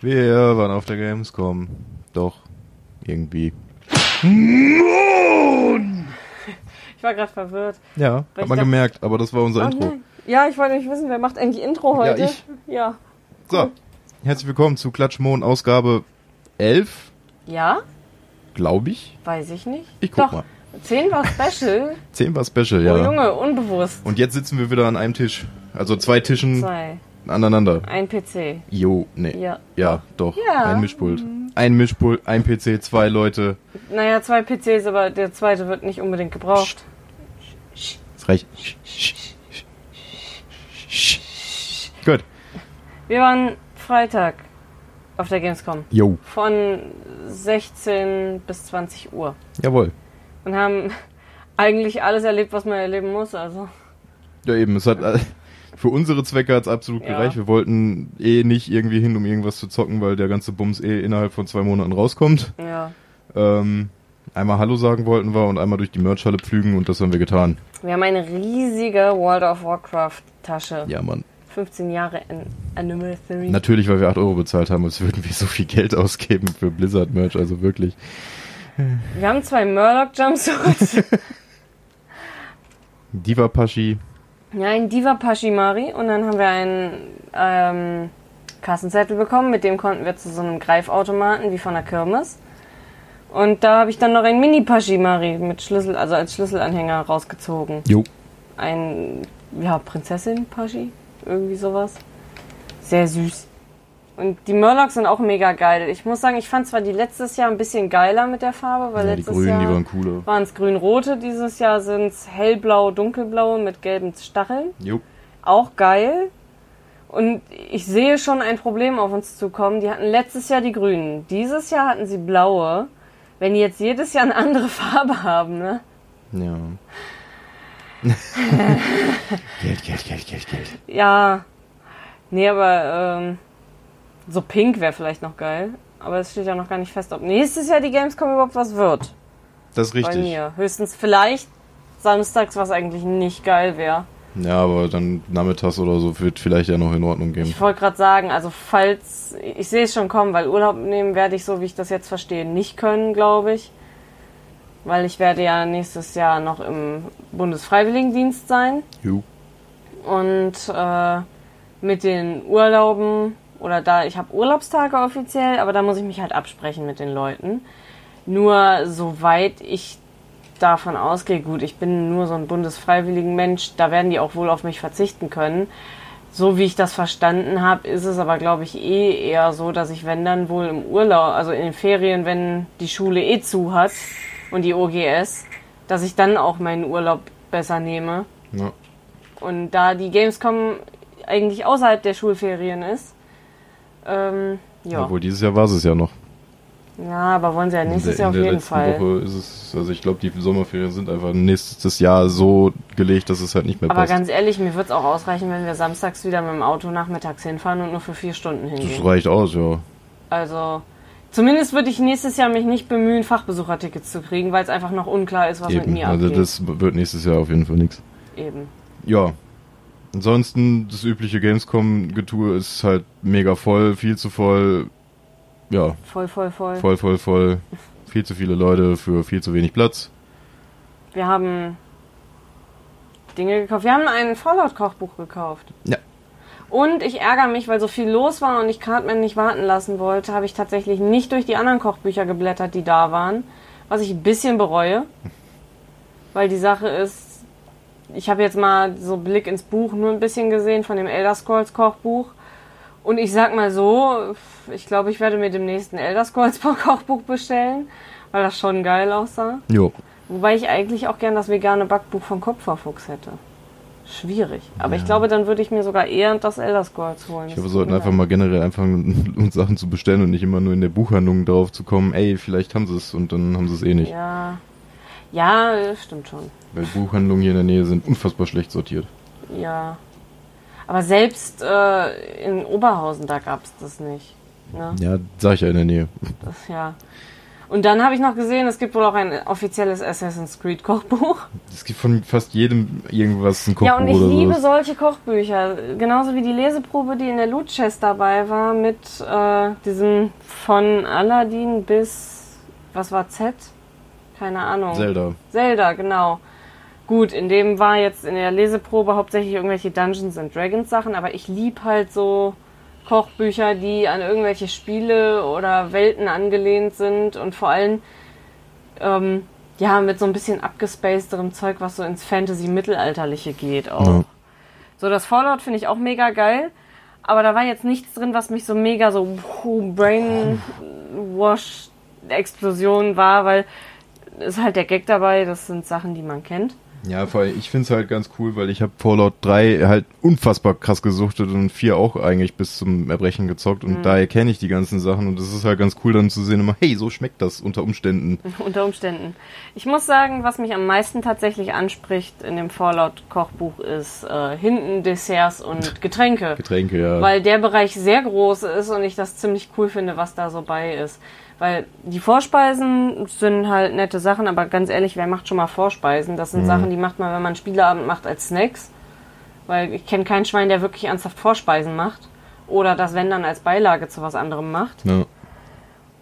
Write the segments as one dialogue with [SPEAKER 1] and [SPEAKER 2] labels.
[SPEAKER 1] Wir waren auf der Gamescom. Doch, irgendwie.
[SPEAKER 2] Ich war gerade verwirrt.
[SPEAKER 1] Ja, hat
[SPEAKER 2] Weil
[SPEAKER 1] man
[SPEAKER 2] ich dachte-
[SPEAKER 1] gemerkt, aber das war unser
[SPEAKER 2] Oh
[SPEAKER 1] Intro.
[SPEAKER 2] nein. Ja, ich wollte nicht wissen, wer macht eigentlich Intro
[SPEAKER 1] Ja,
[SPEAKER 2] heute?
[SPEAKER 1] ich.
[SPEAKER 2] Ja.
[SPEAKER 1] So, herzlich willkommen zu Klatschmohn Ausgabe 11,
[SPEAKER 2] Ja?
[SPEAKER 1] glaube ich.
[SPEAKER 2] Weiß ich nicht.
[SPEAKER 1] Ich guck
[SPEAKER 2] Doch.
[SPEAKER 1] mal.
[SPEAKER 2] 10 war Special.
[SPEAKER 1] 10 war Special,
[SPEAKER 2] Oh
[SPEAKER 1] ja.
[SPEAKER 2] Junge, unbewusst.
[SPEAKER 1] Und jetzt sitzen wir wieder an einem Tisch. Also zwei Tischen
[SPEAKER 2] Zwei.
[SPEAKER 1] aneinander.
[SPEAKER 2] Ein PC.
[SPEAKER 1] Jo, nee.
[SPEAKER 2] Ja.
[SPEAKER 1] Ja, doch.
[SPEAKER 2] Ja.
[SPEAKER 1] Ein Mischpult. Ein Mischpult, ein PC, zwei Leute.
[SPEAKER 2] Naja, zwei PCs, aber der zweite wird nicht unbedingt gebraucht.
[SPEAKER 1] Ist reich. Gut.
[SPEAKER 2] Wir waren Freitag auf der Gamescom.
[SPEAKER 1] Jo.
[SPEAKER 2] Von 16 bis 20 Uhr.
[SPEAKER 1] Jawohl.
[SPEAKER 2] Und haben eigentlich alles erlebt, was man erleben muss. Also,
[SPEAKER 1] Ja, eben. Es hat äh, für unsere Zwecke hat's absolut
[SPEAKER 2] Ja.
[SPEAKER 1] gereicht. Wir wollten eh nicht irgendwie hin, um irgendwas zu zocken, weil der ganze Bums eh innerhalb von zwei Monaten rauskommt.
[SPEAKER 2] ja.
[SPEAKER 1] Ähm, einmal Hallo sagen wollten wir und einmal durch die Merchhalle pflügen und das haben wir getan.
[SPEAKER 2] Wir haben eine riesige World of Warcraft Tasche.
[SPEAKER 1] Ja, Mann.
[SPEAKER 2] 15 Jahre An Anniversary.
[SPEAKER 1] Natürlich, weil wir 8 Euro bezahlt haben, als würden wir so viel Geld ausgeben für Blizzard-Merch, also wirklich.
[SPEAKER 2] Wir haben zwei Murloc Jumpsuits.
[SPEAKER 1] Diva Pashi,
[SPEAKER 2] ja, einen Diva Pashimari und dann haben wir einen ähm, Kassenzettel bekommen, mit dem konnten wir zu so einem Greifautomaten wie von der Kirmes. Und da habe ich dann noch einen Mini Pashimari mit Schlüssel, also als Schlüsselanhänger rausgezogen.
[SPEAKER 1] Jo.
[SPEAKER 2] Ein ja, Prinzessin Pashi, irgendwie sowas. Sehr süß. Und die Murlocs sind auch mega geil. Ich muss sagen, ich fand zwar die letztes Jahr ein bisschen geiler mit der Farbe, weil
[SPEAKER 1] Ja, die
[SPEAKER 2] letztes
[SPEAKER 1] Grünen,
[SPEAKER 2] Jahr
[SPEAKER 1] die waren cooler.
[SPEAKER 2] waren es grün-rote, dieses Jahr sind es hellblau, dunkelblau mit gelben Stacheln.
[SPEAKER 1] Jo.
[SPEAKER 2] Auch geil. Und ich sehe schon ein Problem auf uns zukommen. Die hatten letztes Jahr die grünen, dieses Jahr hatten sie blaue. Wenn die jetzt jedes Jahr eine andere Farbe haben, ne?
[SPEAKER 1] Ja. Geld, Geld, Geld, Geld, Geld.
[SPEAKER 2] Ja. Nee, aber ähm, so pink wäre vielleicht noch geil. Aber es steht ja noch gar nicht fest, ob nächstes Jahr die Gamescom überhaupt was wird.
[SPEAKER 1] Das ist
[SPEAKER 2] Bei
[SPEAKER 1] richtig.
[SPEAKER 2] mir. Höchstens vielleicht samstags, was eigentlich nicht geil wäre.
[SPEAKER 1] Ja, aber dann nachmittags oder so wird vielleicht ja noch in Ordnung gehen.
[SPEAKER 2] Ich wollte gerade sagen, also falls, ich sehe es schon kommen, weil Urlaub nehmen werde ich, so wie ich das jetzt verstehe, nicht können, glaube ich. Weil ich werde ja nächstes Jahr noch im Bundesfreiwilligendienst sein.
[SPEAKER 1] Jo.
[SPEAKER 2] Und äh, mit den Urlauben, oder da, ich habe Urlaubstage offiziell, aber da muss ich mich halt absprechen mit den Leuten. Nur soweit ich davon ausgehe, gut, ich bin nur so ein Bundesfreiwilligenmensch, da werden die auch wohl auf mich verzichten können. So wie ich das verstanden habe, ist es aber, glaube ich, eh eher so, dass ich, wenn dann wohl im Urlaub, also in den Ferien, wenn die Schule eh zu hat und die OGS, dass ich dann auch meinen Urlaub besser nehme.
[SPEAKER 1] Ja.
[SPEAKER 2] Und da die Gamescom eigentlich außerhalb der Schulferien ist, ähm, ja.
[SPEAKER 1] Obwohl, dieses Jahr war es ja noch.
[SPEAKER 2] Ja, aber wollen sie ja nächstes Jahr auf
[SPEAKER 1] in der
[SPEAKER 2] jeden
[SPEAKER 1] letzten
[SPEAKER 2] Fall.
[SPEAKER 1] Woche ist es, also ich glaube, die Sommerferien sind einfach nächstes Jahr so gelegt, dass es halt nicht mehr
[SPEAKER 2] Aber
[SPEAKER 1] passt.
[SPEAKER 2] ganz ehrlich, mir wird's auch ausreichen, wenn wir samstags wieder mit dem Auto nachmittags hinfahren und nur für vier Stunden
[SPEAKER 1] das
[SPEAKER 2] hingehen.
[SPEAKER 1] reicht aus, ja.
[SPEAKER 2] Also zumindest würde ich nächstes Jahr mich nicht bemühen, Fachbesuchertickets zu kriegen, weil es einfach noch unklar ist, was mit
[SPEAKER 1] Eben.
[SPEAKER 2] mir
[SPEAKER 1] Also
[SPEAKER 2] abgeht.
[SPEAKER 1] das wird nächstes Jahr auf jeden Fall nichts.
[SPEAKER 2] Eben.
[SPEAKER 1] Ja. Ansonsten, das übliche Gamescom-Getue ist halt mega voll, viel zu voll. Ja,
[SPEAKER 2] Voll, voll, voll.
[SPEAKER 1] voll, voll, voll. Viel zu viele Leute für viel zu wenig Platz.
[SPEAKER 2] Wir haben Dinge gekauft. Wir haben ein Fallout-Kochbuch gekauft.
[SPEAKER 1] Ja.
[SPEAKER 2] Und ich ärgere mich, weil so viel los war und ich Cartman nicht warten lassen wollte, habe ich tatsächlich nicht durch die anderen Kochbücher geblättert, die da waren. Was ich ein bisschen bereue. Weil die Sache ist, ich habe jetzt mal so Blick ins Buch nur ein bisschen gesehen von dem Elder Scrolls Kochbuch. Und ich sag mal so, ich glaube, ich werde mir demnächst ein Elder Scrolls Kochbuch bestellen, weil das schon geil aussah.
[SPEAKER 1] Jo.
[SPEAKER 2] Wobei ich eigentlich auch gern das vegane Backbuch von Kupferfuchs hätte. Schwierig. Aber ich glaube, dann würde ich mir sogar eher das Elder Scrolls holen.
[SPEAKER 1] Ich glaube, wir sollten einfach mal generell anfangen, uns Sachen zu bestellen und nicht immer nur in der Buchhandlung drauf zu kommen, ey, vielleicht haben sie es und dann haben sie es eh nicht.
[SPEAKER 2] Ja. Ja, äh, stimmt schon.
[SPEAKER 1] Weil Buchhandlungen hier in der Nähe sind unfassbar schlecht sortiert.
[SPEAKER 2] Ja. Aber selbst äh,
[SPEAKER 1] Mhm.
[SPEAKER 2] in Oberhausen, da gab's das nicht. Ne?
[SPEAKER 1] Ja, sag ich ja in der Nähe.
[SPEAKER 2] Das, ja. Und dann habe ich noch gesehen, es gibt wohl auch ein offizielles Assassin's Creed Kochbuch.
[SPEAKER 1] Es gibt von fast jedem irgendwas ein Kochbuch.
[SPEAKER 2] ja, und ich
[SPEAKER 1] oder
[SPEAKER 2] liebe
[SPEAKER 1] sowas.
[SPEAKER 2] solche Kochbücher. Genauso wie die Leseprobe, die in der Loot Chest dabei war, mit äh, diesem von Aladdin bis, was war Z? Keine Ahnung.
[SPEAKER 1] Zelda.
[SPEAKER 2] Zelda, genau. Gut, in dem war jetzt in der Leseprobe hauptsächlich irgendwelche Dungeons and Dragons Sachen, aber ich lieb halt so Kochbücher, die an irgendwelche Spiele oder Welten angelehnt sind und vor allem ähm, ja mit so ein bisschen abgespaceterem Zeug, was so ins Fantasy-Mittelalterliche geht auch.
[SPEAKER 1] Ja.
[SPEAKER 2] So, das Fallout finde ich auch mega geil, aber da war jetzt nichts drin, was mich so mega so puh, Brainwash-Explosion war, weil ist halt der Gag dabei, das sind Sachen, die man kennt.
[SPEAKER 1] Ja, vor allem, ich finde es halt ganz cool, weil ich habe Fallout 3 halt unfassbar krass gesuchtet und 4 auch eigentlich bis zum Erbrechen gezockt
[SPEAKER 2] Mhm.
[SPEAKER 1] und daher kenne ich die ganzen Sachen und es ist halt ganz cool dann zu sehen, immer, hey, so schmeckt das unter Umständen.
[SPEAKER 2] Unter Umständen. Ich muss sagen, was mich am meisten tatsächlich anspricht in dem Fallout-Kochbuch ist äh, hinten Desserts und Getränke.
[SPEAKER 1] Getränke, ja.
[SPEAKER 2] Weil der Bereich sehr groß ist und ich das ziemlich cool finde, was da so bei ist. Weil die Vorspeisen sind halt nette Sachen, aber ganz ehrlich, wer macht schon mal Vorspeisen? Das sind Sachen, die macht man, wenn man Spieleabend macht, als Snacks. Weil ich kenne keinen Schwein, der wirklich ernsthaft Vorspeisen macht. Oder das, wenn dann als Beilage zu was anderem macht.
[SPEAKER 1] ja.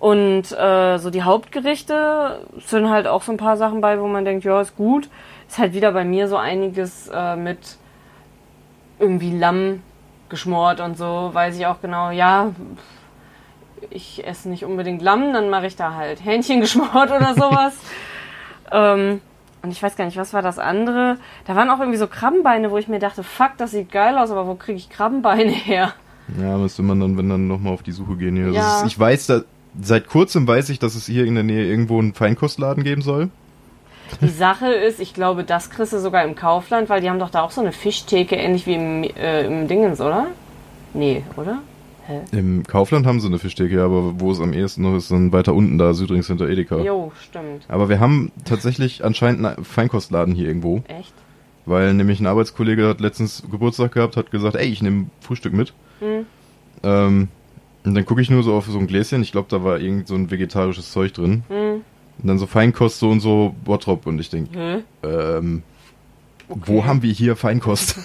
[SPEAKER 2] Und äh, so die Hauptgerichte sind halt auch so ein paar Sachen bei, wo man denkt, ja, ist gut. Ist halt wieder bei mir so einiges äh, mit irgendwie Lamm geschmort und so, weiß ich auch genau, ja, ich esse nicht unbedingt Lamm, dann mache ich da halt Hähnchen geschmort oder sowas. ähm, und ich weiß gar nicht, was war das andere? Da waren auch irgendwie so Krabbenbeine, wo ich mir dachte, fuck, das sieht geil aus, aber wo kriege ich Krabbenbeine her?
[SPEAKER 1] Ja, müsste man dann, wenn dann nochmal auf die Suche gehen. Ja.
[SPEAKER 2] Ja.
[SPEAKER 1] Das ist, ich weiß, da, seit kurzem weiß ich, dass es hier in der Nähe irgendwo einen Feinkostladen geben soll.
[SPEAKER 2] Die Sache ist, ich glaube, das kriegst du sogar im Kaufland, weil die haben doch da auch so eine Fischtheke, ähnlich wie im, äh, im Dingens, oder? Nee, oder?
[SPEAKER 1] Im Kaufland haben sie eine Fischtheke, aber wo es am ehesten noch ist, dann weiter unten da, südrings hinter Edeka.
[SPEAKER 2] Jo, stimmt.
[SPEAKER 1] Aber wir haben tatsächlich anscheinend einen Feinkostladen hier irgendwo,
[SPEAKER 2] Echt?
[SPEAKER 1] weil nämlich ein Arbeitskollege hat letztens Geburtstag gehabt, hat gesagt, ey, ich nehme Frühstück mit.
[SPEAKER 2] Mhm.
[SPEAKER 1] Ähm, und dann gucke ich nur so auf so ein Gläschen, ich glaube, da war irgend so ein vegetarisches Zeug drin.
[SPEAKER 2] Mhm.
[SPEAKER 1] Und dann so Feinkost so und so Bottrop und ich denke,
[SPEAKER 2] Hä?
[SPEAKER 1] ähm, wo haben wir hier Feinkost?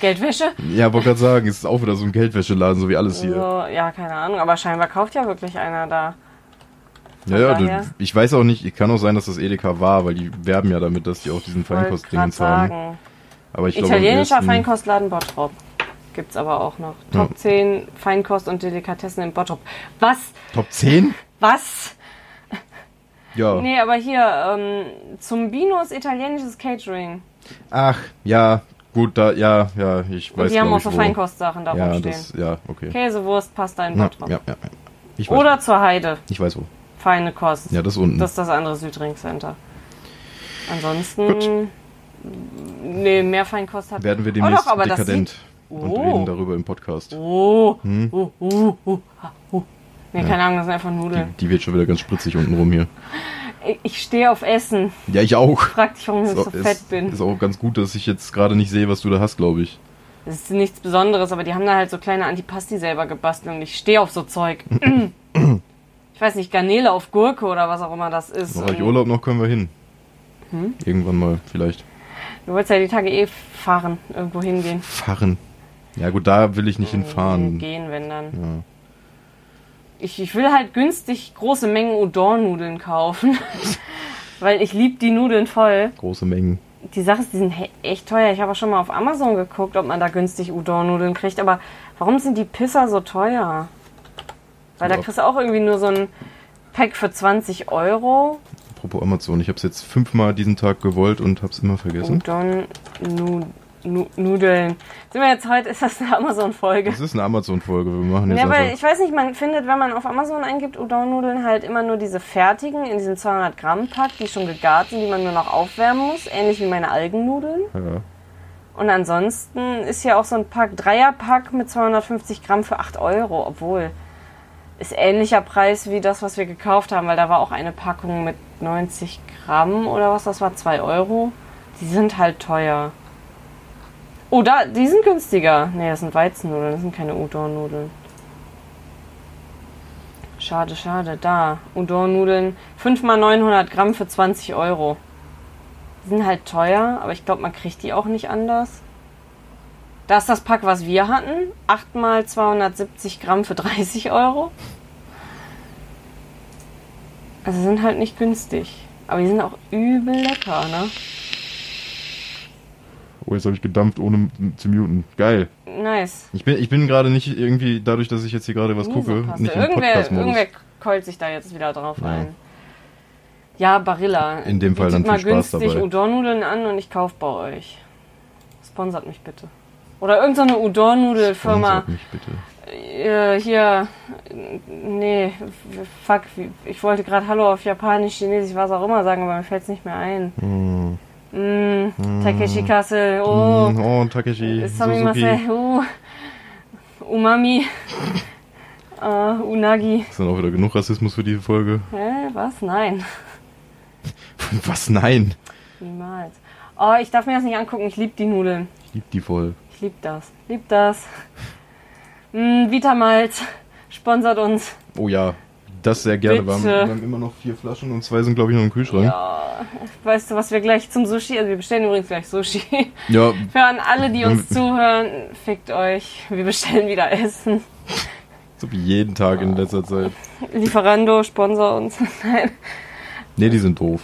[SPEAKER 2] Geldwäsche?
[SPEAKER 1] ja, wollte gerade sagen, es ist auch wieder so ein Geldwäscheladen, so wie alles hier.
[SPEAKER 2] So, ja, keine Ahnung, aber scheinbar kauft ja wirklich einer da.
[SPEAKER 1] Ja, ja,
[SPEAKER 2] daher-
[SPEAKER 1] du, ich weiß auch nicht, kann auch sein, dass das Edeka war, weil die werben ja damit, dass die auch diesen
[SPEAKER 2] Wollte grad
[SPEAKER 1] Feinkostdingens haben.
[SPEAKER 2] sagen.
[SPEAKER 1] Aber ich glaube, am
[SPEAKER 2] Italienischer
[SPEAKER 1] ehesten-
[SPEAKER 2] Feinkostladen Bottrop. Gibt's aber auch noch. Top 10 Feinkost und Delikatessen in Bottrop. Was?
[SPEAKER 1] Top 10?
[SPEAKER 2] Was?
[SPEAKER 1] Ja.
[SPEAKER 2] Nee, aber hier, ähm, zum Binos italienisches Catering.
[SPEAKER 1] Ach, ja, gut, da, ja, ja, ich weiß
[SPEAKER 2] Und die haben
[SPEAKER 1] glaub
[SPEAKER 2] auch
[SPEAKER 1] ich,
[SPEAKER 2] so
[SPEAKER 1] wo.
[SPEAKER 2] Feinkostsachen da
[SPEAKER 1] Ja,
[SPEAKER 2] rumstehen.
[SPEAKER 1] das, ja, okay.
[SPEAKER 2] Käsewurst, Pasta in
[SPEAKER 1] Ja,
[SPEAKER 2] Bottrop.
[SPEAKER 1] ja, ja. Ich weiß,
[SPEAKER 2] Oder zur Heide,
[SPEAKER 1] ich weiß wo.
[SPEAKER 2] feine Kost.
[SPEAKER 1] Ja, das unten.
[SPEAKER 2] Das ist das andere Südring Center. Ansonsten.
[SPEAKER 1] Gut.
[SPEAKER 2] Nee, mehr Feinkost hat.
[SPEAKER 1] Werden wir
[SPEAKER 2] oh,
[SPEAKER 1] demnächst
[SPEAKER 2] doch, aber
[SPEAKER 1] dekadent Hm?
[SPEAKER 2] Das sieht,
[SPEAKER 1] und reden
[SPEAKER 2] oh,
[SPEAKER 1] darüber im Podcast.
[SPEAKER 2] oh, oh, oh, oh, ah, oh. Nee, keine Ahnung, das sind einfach
[SPEAKER 1] Die,
[SPEAKER 2] Nudeln.
[SPEAKER 1] die wird schon wieder ganz spritzig unten rum hier.
[SPEAKER 2] Ich- Ich stehe auf Essen.
[SPEAKER 1] Ja, ich auch.
[SPEAKER 2] Frag dich, warum ich
[SPEAKER 1] Ist
[SPEAKER 2] so
[SPEAKER 1] auch,
[SPEAKER 2] fett
[SPEAKER 1] ist,
[SPEAKER 2] bin.
[SPEAKER 1] ist auch ganz gut, dass ich jetzt gerade nicht sehe, was du da hast, glaube ich.
[SPEAKER 2] Das ist nichts Besonderes, aber die haben da halt so kleine Antipasti selber gebastelt und ich stehe auf so Zeug. ich weiß nicht, Garnele auf Gurke oder was auch immer das ist.
[SPEAKER 1] Noch halt
[SPEAKER 2] Und-
[SPEAKER 1] Urlaub noch können wir hin.
[SPEAKER 2] Hm?
[SPEAKER 1] Irgendwann mal vielleicht.
[SPEAKER 2] Du wolltest ja die Tage eh fahren, irgendwo hingehen.
[SPEAKER 1] Fahren. Ja gut, da will ich nicht
[SPEAKER 2] Hm,
[SPEAKER 1] hinfahren.
[SPEAKER 2] Gehen, wenn dann.
[SPEAKER 1] Ja.
[SPEAKER 2] Ich, ich will halt günstig große Mengen Udon-Nudeln kaufen. Weil ich lieb die Nudeln voll.
[SPEAKER 1] Große Mengen.
[SPEAKER 2] Die Sache ist, die sind he- echt teuer. Ich habe auch schon mal auf Amazon geguckt, ob man da günstig Udon-Nudeln kriegt. Aber warum sind die Pisser so teuer? Weil da
[SPEAKER 1] Ja.
[SPEAKER 2] kriegst du auch irgendwie nur so ein Pack für 20 Euro.
[SPEAKER 1] Apropos Amazon, ich habe es jetzt fünfmal diesen Tag gewollt und habe es immer vergessen.
[SPEAKER 2] Udon-Nudeln. Sind wir jetzt heute, ist das eine Amazon-Folge?
[SPEAKER 1] Es ist eine Amazon-Folge, wir machen jetzt
[SPEAKER 2] Ja, weil
[SPEAKER 1] einfach.
[SPEAKER 2] ich weiß nicht, man findet, wenn man auf Amazon eingibt, Udon-Nudeln halt immer nur diese fertigen in diesem 200-Gramm-Pack, die schon gegart sind, die man nur noch aufwärmen muss, ähnlich wie meine Algennudeln.
[SPEAKER 1] Ja.
[SPEAKER 2] Und ansonsten ist hier auch so ein Pack, Dreierpack mit 250 Gramm für 8 Euro, obwohl ist ähnlicher Preis wie das, was wir gekauft haben, weil da war auch eine Packung mit 90 Gramm oder was, das war 2 Euro. Die sind halt teuer. Oh, da, die sind günstiger. Nee, das sind Weizennudeln, das sind keine Udon-Nudeln. Schade, schade, da. Udon-Nudeln. 5 mal 900 Gramm für 20 Euro. Die sind halt teuer, aber ich glaube, man kriegt die auch nicht anders. Da ist das Pack, was wir hatten. 8 mal 270 Gramm für 30 Euro. Also sind halt nicht günstig. Aber die sind auch übel lecker, ne?
[SPEAKER 1] Oh, jetzt habe ich gedampft, ohne zu muten. Geil.
[SPEAKER 2] Nice.
[SPEAKER 1] Ich bin, ich bin gerade nicht irgendwie, dadurch, dass ich jetzt hier gerade was gucke,
[SPEAKER 2] Miesepaste.
[SPEAKER 1] nicht im
[SPEAKER 2] irgendwer,
[SPEAKER 1] Podcast-Modus.
[SPEAKER 2] irgendwer keult sich da jetzt wieder drauf
[SPEAKER 1] Ja.
[SPEAKER 2] ein. Ja, Barilla.
[SPEAKER 1] In dem Fall dann
[SPEAKER 2] Bietet
[SPEAKER 1] viel
[SPEAKER 2] mal
[SPEAKER 1] Spaß
[SPEAKER 2] günstig
[SPEAKER 1] dabei.
[SPEAKER 2] Udon-Nudeln an und ich kaufe bei euch. Sponsert mich bitte. Oder irgendeine Udon-Nudel-Firma.
[SPEAKER 1] Sponsert mich bitte.
[SPEAKER 2] Äh, hier. Nee, fuck. wie- Ich wollte gerade Hallo auf Japanisch, Chinesisch, was auch immer sagen, aber mir fällt es nicht mehr ein.
[SPEAKER 1] Mm.
[SPEAKER 2] Mm, Takeshi Kassel. Oh.
[SPEAKER 1] Mm, oh Takeshi,
[SPEAKER 2] Sami
[SPEAKER 1] Suzuki.
[SPEAKER 2] Masai, uh, Umami, äh, Unagi.
[SPEAKER 1] Ist dann auch wieder genug Rassismus für diese Folge.
[SPEAKER 2] Hä, was? Nein,
[SPEAKER 1] Was? Nein.
[SPEAKER 2] niemals. Oh, ich darf mir das nicht angucken. Ich liebe die Nudeln.
[SPEAKER 1] Ich lieb die voll.
[SPEAKER 2] Ich liebe das. Lieb das. Mm, Vitamalz sponsert uns.
[SPEAKER 1] Oh ja, das sehr gerne. Wir haben,
[SPEAKER 2] Bitte.
[SPEAKER 1] wir haben immer noch vier Flaschen und zwei sind, glaube ich, noch im Kühlschrank. Ja,
[SPEAKER 2] Weißt du, was wir gleich zum Sushi, also wir bestellen übrigens gleich Sushi.
[SPEAKER 1] ja
[SPEAKER 2] Für an alle, die
[SPEAKER 1] Ähm.
[SPEAKER 2] uns zuhören, fickt euch. Wir bestellen wieder Essen.
[SPEAKER 1] so wie jeden Tag in letzter Zeit.
[SPEAKER 2] Lieferando, sponsor uns. Nein.
[SPEAKER 1] Nee, die sind doof.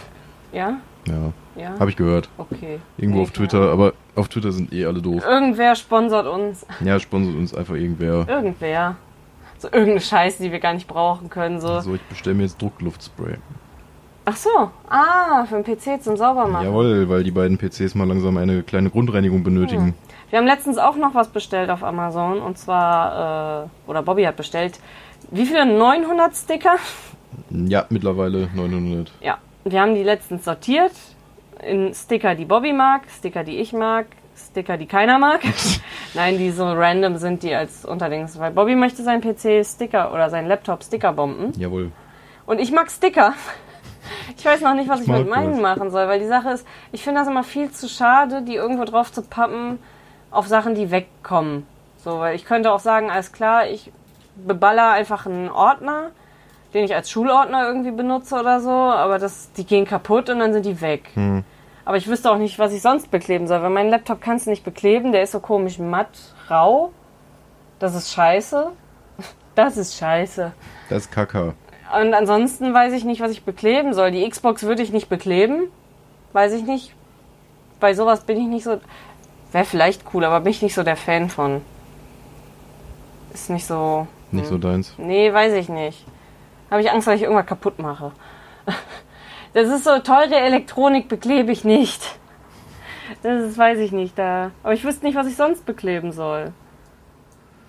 [SPEAKER 2] Ja?
[SPEAKER 1] Ja,
[SPEAKER 2] Ja?
[SPEAKER 1] habe ich gehört.
[SPEAKER 2] Okay.
[SPEAKER 1] Irgendwo
[SPEAKER 2] Nee,
[SPEAKER 1] auf
[SPEAKER 2] keine
[SPEAKER 1] Twitter, aber auf Twitter sind eh alle doof.
[SPEAKER 2] Irgendwer sponsert uns.
[SPEAKER 1] Ja, sponsert uns einfach irgendwer.
[SPEAKER 2] Irgendwer. So irgendeine Scheiße, die wir gar nicht brauchen können. So.
[SPEAKER 1] So, Also ich bestelle mir jetzt Druckluftspray.
[SPEAKER 2] Ach so. Ah, für den PC zum Saubermachen.
[SPEAKER 1] Jawohl, weil die beiden PCs mal langsam eine kleine Grundreinigung benötigen.
[SPEAKER 2] Wir haben letztens auch noch was bestellt auf Amazon. Und zwar, äh, oder Bobby hat bestellt, wie viele? 900 Sticker?
[SPEAKER 1] Ja, mittlerweile 900.
[SPEAKER 2] Ja. Wir haben die letztens sortiert. In Sticker, die Bobby mag, Sticker, die ich mag, Sticker, die keiner mag. Nein, die so random sind, die als Unterdings. Weil Bobby möchte seinen PC Sticker oder seinen Laptop Sticker bomben.
[SPEAKER 1] Jawohl.
[SPEAKER 2] Und ich mag Sticker. Ich weiß noch nicht, was ich,
[SPEAKER 1] mag
[SPEAKER 2] mit meinen
[SPEAKER 1] das.
[SPEAKER 2] machen soll, weil die Sache ist, ich finde das immer viel zu schade, die irgendwo drauf zu pappen auf Sachen, die wegkommen. So, weil ich könnte auch sagen, alles klar, ich beballer einfach einen Ordner, den ich als Schulordner irgendwie benutze oder so, aber das, die gehen kaputt und dann sind die weg.
[SPEAKER 1] Hm.
[SPEAKER 2] Aber ich wüsste auch nicht, was ich sonst bekleben soll, weil meinen Laptop kannst du nicht bekleben, der ist so komisch matt, rau. Das ist scheiße. Das ist scheiße.
[SPEAKER 1] Das ist Kaka.
[SPEAKER 2] Und ansonsten weiß ich nicht, was ich bekleben soll. Die Xbox würde ich nicht bekleben. Weiß ich nicht. Bei sowas bin ich nicht so. Wäre vielleicht cool, aber bin ich nicht so der Fan von. Ist nicht so.
[SPEAKER 1] Nicht so deins.
[SPEAKER 2] Nee, weiß ich nicht. Habe ich Angst, dass ich irgendwas kaputt mache. Das ist so teure Elektronik beklebe ich nicht. Das ist, weiß ich nicht da. Aber ich wüsste nicht, was ich sonst bekleben soll.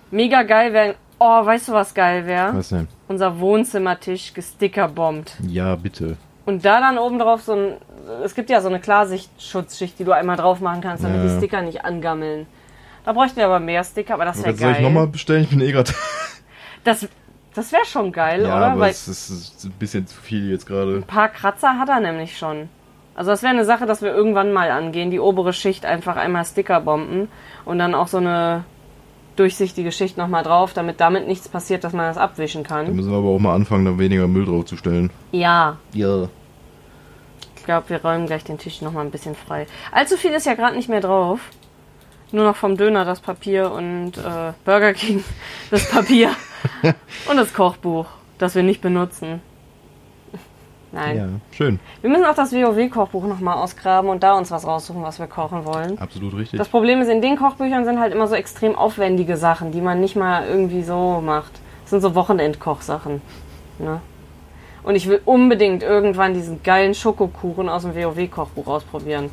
[SPEAKER 2] Mega geil wäre. Oh, weißt du, was geil wäre?
[SPEAKER 1] Was denn?
[SPEAKER 2] unser Wohnzimmertisch gestickerbombt.
[SPEAKER 1] Ja, bitte.
[SPEAKER 2] Und da dann oben drauf so ein. Es gibt ja so eine Klarsicht-Schutzschicht, die du einmal drauf machen kannst, damit
[SPEAKER 1] Ja.
[SPEAKER 2] die Sticker nicht angammeln. Da bräuchten wir aber mehr Sticker, aber das wäre
[SPEAKER 1] Soll ich
[SPEAKER 2] geil.
[SPEAKER 1] nochmal bestellen? Ich bin eh gerade.
[SPEAKER 2] das das wäre schon geil,
[SPEAKER 1] Ja,
[SPEAKER 2] oder?
[SPEAKER 1] aber
[SPEAKER 2] Weil
[SPEAKER 1] es ist, es ist ein bisschen zu viel jetzt gerade.
[SPEAKER 2] ein paar Kratzer hat er nämlich schon. Also das wäre eine Sache, dass wir irgendwann mal angehen, die obere Schicht einfach einmal Sticker bomben und dann auch so eine durchsichtige Schicht nochmal drauf, damit damit nichts passiert, dass man das abwischen
[SPEAKER 1] Da
[SPEAKER 2] kann.
[SPEAKER 1] müssen wir aber auch mal anfangen, da weniger Müll draufzustellen.
[SPEAKER 2] Ja,
[SPEAKER 1] Ja.
[SPEAKER 2] Ich glaube, wir räumen gleich den Tisch noch mal ein bisschen frei. Allzu viel ist ja gerade nicht mehr drauf. Nur noch vom Döner das Papier und äh, Burger King das Papier und das Kochbuch, das wir nicht benutzen. Nein.
[SPEAKER 1] Ja. Schön.
[SPEAKER 2] Wir müssen auch das WoW-Kochbuch noch mal ausgraben und da uns was raussuchen, was wir kochen wollen.
[SPEAKER 1] Absolut richtig.
[SPEAKER 2] Das Problem ist, in den Kochbüchern sind halt immer so extrem aufwendige Sachen, die man nicht mal irgendwie so macht. Das sind so Wochenendkochsachen. Ne? Und ich will unbedingt irgendwann diesen geilen Schokokuchen aus dem WoW-Kochbuch ausprobieren.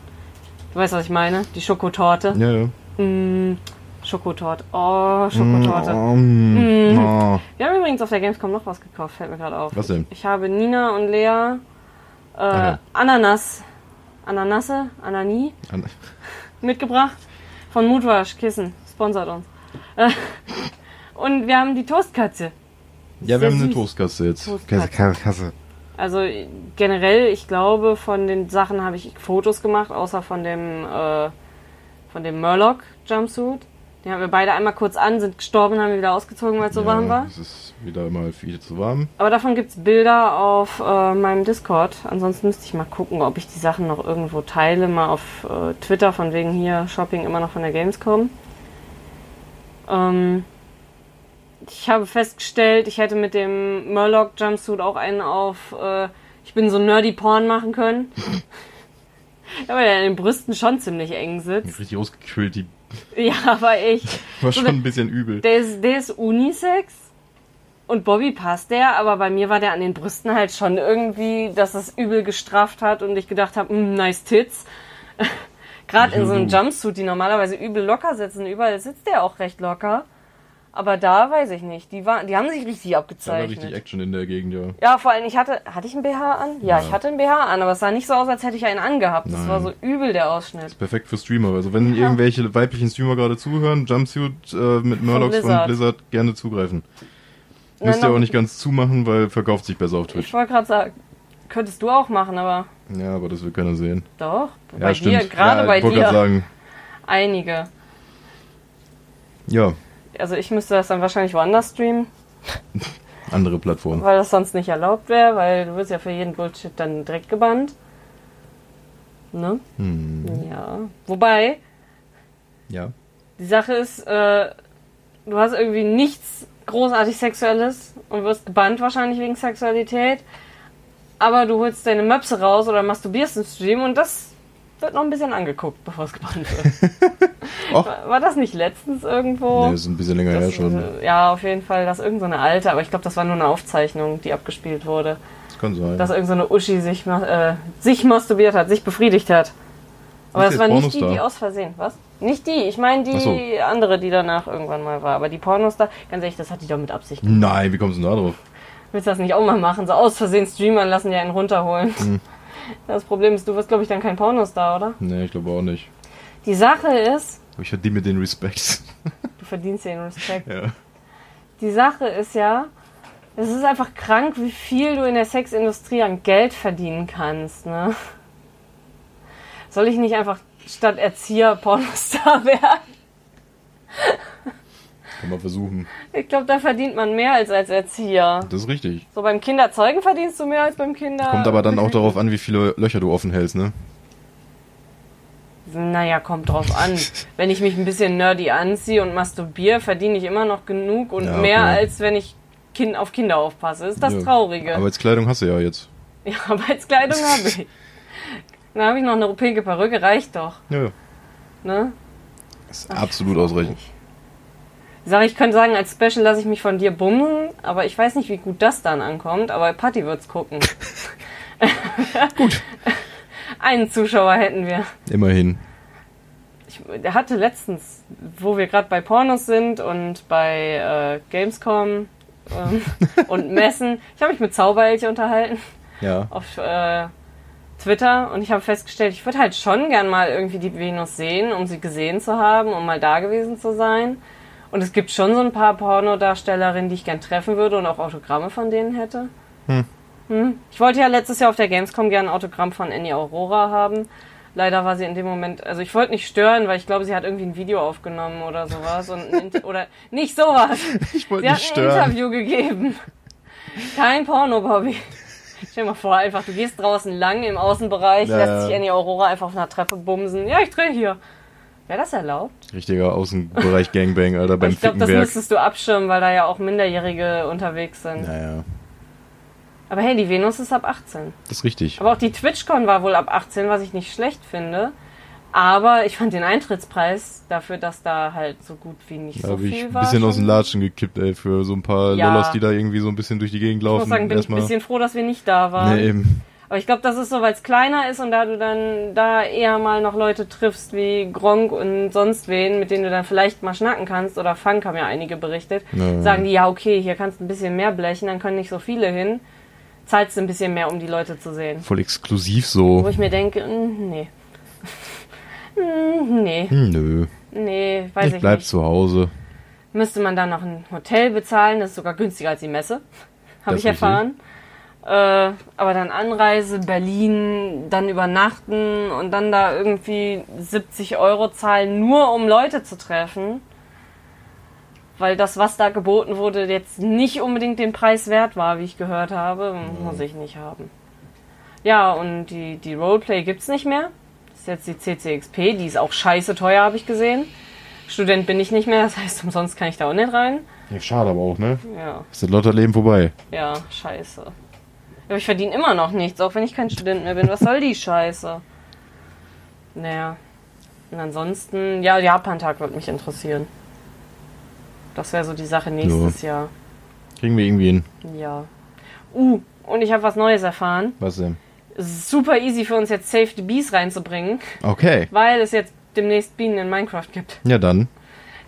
[SPEAKER 2] Du weißt, was ich meine? Die Schokotorte. Mm,
[SPEAKER 1] ja, ja.
[SPEAKER 2] Schokotorte. Oh, Schokotorte.
[SPEAKER 1] Oh, mm. oh.
[SPEAKER 2] Wir haben übrigens auf der Gamescom noch was gekauft, fällt mir gerade auf.
[SPEAKER 1] Was denn?
[SPEAKER 2] Ich habe Nina und Lea äh,
[SPEAKER 1] ja.
[SPEAKER 2] Ananas. Ananasse? Anani?
[SPEAKER 1] An-
[SPEAKER 2] mitgebracht von Moodwash Kissen. Sponsert uns. Äh, Und wir haben die Toastkatze.
[SPEAKER 1] Ja, wir
[SPEAKER 2] Sehr
[SPEAKER 1] haben eine
[SPEAKER 2] süß.
[SPEAKER 1] Toastkasse jetzt.
[SPEAKER 2] Toastkasse.
[SPEAKER 1] Kasse, Kasse.
[SPEAKER 2] Also äh, generell, ich glaube, von den Sachen habe ich Fotos gemacht, außer von dem, äh, von dem Murloc Jumpsuit. Die haben wir beide einmal kurz an, sind gestorben, haben wir wieder ausgezogen, weil es so
[SPEAKER 1] ja,
[SPEAKER 2] warm war.
[SPEAKER 1] Es ist wieder mal viel zu warm.
[SPEAKER 2] Aber davon gibt's Bilder auf äh, meinem Discord. Ansonsten müsste ich mal gucken, ob ich die Sachen noch irgendwo teile. Mal auf äh, Twitter, von wegen hier Shopping immer noch von der Gamescom. Ähm, ich habe festgestellt, ich hätte mit dem Murloc Jumpsuit auch einen auf äh, Ich bin so nerdy Porn machen können. ja, weil er an den Brüsten schon ziemlich eng sitzt.
[SPEAKER 1] Richtig ausgequillt, die
[SPEAKER 2] Ja, aber ich.
[SPEAKER 1] war schon ein bisschen übel.
[SPEAKER 2] Der ist, der ist Unisex und Bobby passt der, aber bei mir war der an den Brüsten halt schon irgendwie, dass es übel gestrafft hat und ich gedacht habe, mm, nice Tits. Gerade in so
[SPEAKER 1] Mhm.
[SPEAKER 2] einem Jumpsuit, die normalerweise übel locker sitzen, überall sitzt der auch recht locker. Aber da weiß ich nicht. Die, war, die haben sich richtig
[SPEAKER 1] Da war
[SPEAKER 2] abgezeichnet.
[SPEAKER 1] richtig Action in der Gegend, ja.
[SPEAKER 2] ja, vor allem, ich hatte. Hatte ich einen BH an? Ja,
[SPEAKER 1] Ja.
[SPEAKER 2] ich hatte einen BH an, aber es sah nicht so aus, als hätte ich einen angehabt. Das
[SPEAKER 1] Nein.
[SPEAKER 2] war so übel der Ausschnitt.
[SPEAKER 1] Perfekt für Streamer. Also wenn irgendwelche weiblichen Streamer gerade zuhören, Jumpsuit äh, mit Murlocs von Blizzard.
[SPEAKER 2] Blizzard.
[SPEAKER 1] gerne zugreifen.
[SPEAKER 2] Nein,
[SPEAKER 1] Müsst ihr
[SPEAKER 2] noch-
[SPEAKER 1] auch nicht ganz zumachen, weil verkauft sich besser auf
[SPEAKER 2] Ich
[SPEAKER 1] Twitch.
[SPEAKER 2] wollte gerade sagen, könntest du auch machen, aber
[SPEAKER 1] Ja, aber das will keiner sehen.
[SPEAKER 2] doch.
[SPEAKER 1] Ja,
[SPEAKER 2] bei
[SPEAKER 1] stimmt.
[SPEAKER 2] dir, gerade
[SPEAKER 1] ja,
[SPEAKER 2] bei
[SPEAKER 1] ich wollte grad
[SPEAKER 2] dir.
[SPEAKER 1] sagen.
[SPEAKER 2] Einige.
[SPEAKER 1] Ja,
[SPEAKER 2] Also ich müsste das dann wahrscheinlich woanders streamen,
[SPEAKER 1] andere Plattformen.
[SPEAKER 2] weil das sonst nicht erlaubt wäre, weil du wirst ja für jeden Bullshit dann direkt gebannt. Ne? Ja. Wobei,
[SPEAKER 1] Ja.
[SPEAKER 2] die Sache ist, äh, du hast irgendwie nichts großartig Sexuelles und wirst gebannt wahrscheinlich wegen Sexualität, aber du holst deine Möpse raus oder masturbierst im Stream und das wird noch ein bisschen angeguckt, bevor es gebannt wird.
[SPEAKER 1] Och.
[SPEAKER 2] War war das nicht letztens irgendwo?
[SPEAKER 1] Ne, ist ein bisschen länger her
[SPEAKER 2] Oh. Das,
[SPEAKER 1] schon. ne?
[SPEAKER 2] äh, ja, auf jeden Fall. Das ist irgendeine so eine alte, aber ich glaube, das war nur eine Aufzeichnung, die abgespielt wurde.
[SPEAKER 1] Das kann sein.
[SPEAKER 2] Dass irgendeine so eine Uschi sich, ma- äh, sich masturbiert hat, sich befriedigt hat. Aber
[SPEAKER 1] Ist jetzt
[SPEAKER 2] das war nicht die,
[SPEAKER 1] Pornostar?
[SPEAKER 2] die aus Versehen. Was? Nicht die. Ich meine die
[SPEAKER 1] Ach so.
[SPEAKER 2] andere, die danach irgendwann mal war. Aber die Pornostar, ganz ehrlich, das hat die doch mit Absicht. gemacht.
[SPEAKER 1] Nein, wie kommst du denn da drauf?
[SPEAKER 2] Willst du das nicht auch mal machen? So aus Versehen streamern lassen, die einen runterholen.
[SPEAKER 1] Hm.
[SPEAKER 2] Das Problem ist, du wirst, glaube ich, dann kein Pornostar, oder?
[SPEAKER 1] Nee, ich glaube auch nicht.
[SPEAKER 2] Die Sache ist,
[SPEAKER 1] Aber ich verdiene mir den Respekt.
[SPEAKER 2] du verdienst den Respekt.
[SPEAKER 1] ja.
[SPEAKER 2] Die Sache ist ja, es ist einfach krank, wie viel du in der Sexindustrie an Geld verdienen kannst. Ne? Soll ich nicht einfach statt Erzieher Pornostar werden?
[SPEAKER 1] Kann man versuchen.
[SPEAKER 2] Ich glaube, da verdient man mehr als als Erzieher.
[SPEAKER 1] Das ist richtig.
[SPEAKER 2] So beim Kinderzeugen verdienst du mehr als beim Kinder.
[SPEAKER 1] Kommt aber dann auch darauf an, wie viele Löcher du offen hältst, ne?
[SPEAKER 2] Naja, kommt drauf an. Wenn ich mich ein bisschen nerdy anziehe und masturbiere, verdiene ich immer noch genug und
[SPEAKER 1] Ja,
[SPEAKER 2] mehr
[SPEAKER 1] okay.
[SPEAKER 2] als wenn ich kind auf Kinder aufpasse. Ist das
[SPEAKER 1] Ja.
[SPEAKER 2] Traurige.
[SPEAKER 1] Arbeitskleidung hast du ja jetzt.
[SPEAKER 2] Ja, Arbeitskleidung habe ich. Dann habe ich noch eine pinke Perücke, reicht doch.
[SPEAKER 1] Ja, ja.
[SPEAKER 2] Ne?
[SPEAKER 1] Ist absolut ausreichend.
[SPEAKER 2] Ich sage, ich könnte sagen, als Special lasse ich mich von dir bummeln, aber ich weiß nicht, wie gut das dann ankommt, aber Patty wird's gucken. gut. Einen Zuschauer hätten wir.
[SPEAKER 1] Immerhin.
[SPEAKER 2] Ich hatte letztens, wo wir gerade bei Pornos sind und bei äh, Gamescom ähm, und Messen, ich habe mich mit Zauberelche unterhalten.
[SPEAKER 1] Ja.
[SPEAKER 2] auf äh, Twitter und ich habe festgestellt, ich würde halt schon gern mal irgendwie die Venus sehen, um sie gesehen zu haben, um mal da gewesen zu sein. Und es gibt schon so ein paar Pornodarstellerinnen, die ich gern treffen würde und auch Autogramme von denen hätte. Hm. Ich wollte ja letztes Jahr auf der Gamescom gern ein Autogramm von Annie Aurora haben. Leider war sie in dem Moment, also ich wollte nicht stören, weil ich glaube, sie hat irgendwie ein Video aufgenommen oder sowas und ein Int- oder nicht sowas.
[SPEAKER 1] Ich wollte
[SPEAKER 2] Sie hat ein Interview gegeben. Kein Porno, Bobby. Stell dir mal vor, einfach, du gehst draußen lang im Außenbereich,
[SPEAKER 1] Ja, ja.
[SPEAKER 2] lässt sich Annie Aurora einfach auf einer Treppe bumsen. Ja, ich drehe hier. Wäre das erlaubt?
[SPEAKER 1] Richtiger Außenbereich Gangbang, Alter, beim
[SPEAKER 2] ich glaube, das
[SPEAKER 1] Fickenwerk.
[SPEAKER 2] müsstest du abschirmen, weil da ja auch Minderjährige unterwegs sind.
[SPEAKER 1] Naja,
[SPEAKER 2] Aber hey, die Venus ist ab 18.
[SPEAKER 1] das ist richtig.
[SPEAKER 2] Aber auch die TwitchCon war wohl ab 18, was ich nicht schlecht finde. Aber ich fand den Eintrittspreis dafür, dass da halt so gut wie nicht
[SPEAKER 1] Da
[SPEAKER 2] so
[SPEAKER 1] habe ich
[SPEAKER 2] viel
[SPEAKER 1] ein
[SPEAKER 2] war.
[SPEAKER 1] bisschen aus
[SPEAKER 2] schon.
[SPEAKER 1] den Latschen gekippt, ey, für so ein paar
[SPEAKER 2] Ja.
[SPEAKER 1] Lollos, die da irgendwie so ein bisschen durch die Gegend
[SPEAKER 2] ich
[SPEAKER 1] laufen.
[SPEAKER 2] muss sagen, bin ich ein
[SPEAKER 1] Erstmal.
[SPEAKER 2] bisschen froh, dass wir nicht da waren.
[SPEAKER 1] nee, eben.
[SPEAKER 2] Aber ich glaube, das ist so, weil es kleiner ist und da du dann da eher mal noch Leute triffst wie Gronk und sonst wen, mit denen du dann vielleicht mal schnacken kannst oder Funk haben ja einige berichtet,
[SPEAKER 1] Ja.
[SPEAKER 2] sagen die, ja okay, hier kannst du ein bisschen mehr blechen, dann können nicht so viele hin, zahlst du ein bisschen mehr, um die Leute zu sehen.
[SPEAKER 1] Voll exklusiv
[SPEAKER 2] Wo
[SPEAKER 1] so.
[SPEAKER 2] ich mir denke, mm, nee. Mm, nee,
[SPEAKER 1] Hm, nö.
[SPEAKER 2] nee, weiß
[SPEAKER 1] Ich
[SPEAKER 2] ich
[SPEAKER 1] bleib
[SPEAKER 2] nicht.
[SPEAKER 1] zu Hause.
[SPEAKER 2] Müsste man dann noch ein Hotel bezahlen, das ist sogar günstiger als die Messe. Habe
[SPEAKER 1] Das
[SPEAKER 2] ich
[SPEAKER 1] ist richtig.
[SPEAKER 2] erfahren. Äh, aber dann Anreise, Berlin, dann übernachten und dann da irgendwie 70 Euro zahlen, nur um Leute zu treffen. weil das, was da geboten wurde, jetzt nicht unbedingt den Preis wert war, wie ich gehört habe. Muss
[SPEAKER 1] Mhm.
[SPEAKER 2] ich nicht haben. Ja, und die, die Roleplay gibt's nicht mehr. Das ist jetzt die CCXP, die ist auch scheiße teuer, habe ich gesehen. Student bin ich nicht mehr, das heißt, umsonst kann ich da auch nicht rein.
[SPEAKER 1] Ja, schade aber auch, ne?
[SPEAKER 2] Ja,
[SPEAKER 1] Ist das Lotterleben vorbei.
[SPEAKER 2] ja, scheiße. Aber ich verdiene immer noch nichts, auch wenn ich kein Student mehr bin. Was soll die Scheiße? Naja. Und ansonsten, ja, Japan-Tag würde mich interessieren. Das wäre so die Sache nächstes Jahr.
[SPEAKER 1] Kriegen wir irgendwie hin.
[SPEAKER 2] Ja. Uh, und ich habe was Neues erfahren.
[SPEAKER 1] Was denn?
[SPEAKER 2] Es ist super easy für uns jetzt Save the Bees reinzubringen,
[SPEAKER 1] Okay.
[SPEAKER 2] weil es jetzt demnächst Bienen in Minecraft gibt.
[SPEAKER 1] Ja, dann.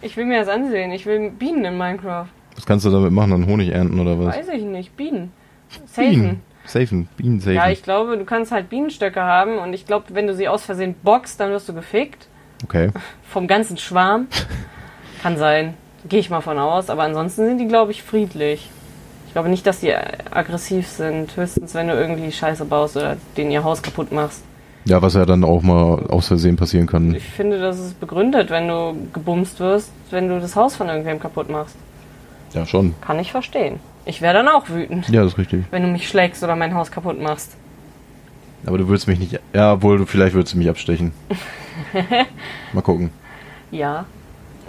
[SPEAKER 2] Ich will mir das ansehen. Ich will Bienen in Minecraft.
[SPEAKER 1] Was kannst du damit machen? Dann Honig ernten oder was?
[SPEAKER 2] Weiß ich nicht. Bienen.
[SPEAKER 1] Bienen.
[SPEAKER 2] Safen.
[SPEAKER 1] Safen. Bienen safen.
[SPEAKER 2] Ja, ich glaube, du kannst halt Bienenstöcke haben und ich glaube, wenn du sie aus Versehen boxt, dann wirst du gefickt.
[SPEAKER 1] okay.
[SPEAKER 2] Vom ganzen Schwarm. Kann sein. Gehe ich mal von aus. Aber ansonsten sind die, glaube ich, friedlich. Ich glaube nicht, dass die äh, aggressiv sind. Höchstens, wenn du irgendwie Scheiße baust oder denen ihr Haus kaputt machst.
[SPEAKER 1] Ja, was ja dann auch mal aus Versehen passieren kann.
[SPEAKER 2] Ich finde, das ist begründet, wenn du gebumst wirst, wenn du das Haus von irgendwem kaputt machst.
[SPEAKER 1] Ja, schon.
[SPEAKER 2] Kann ich verstehen. Ich wäre dann auch wütend,
[SPEAKER 1] Ja, das ist richtig.
[SPEAKER 2] wenn du mich schlägst oder mein Haus kaputt machst.
[SPEAKER 1] Aber du würdest mich nicht. Ja, obwohl, du, vielleicht würdest du mich abstechen. mal gucken.
[SPEAKER 2] Ja.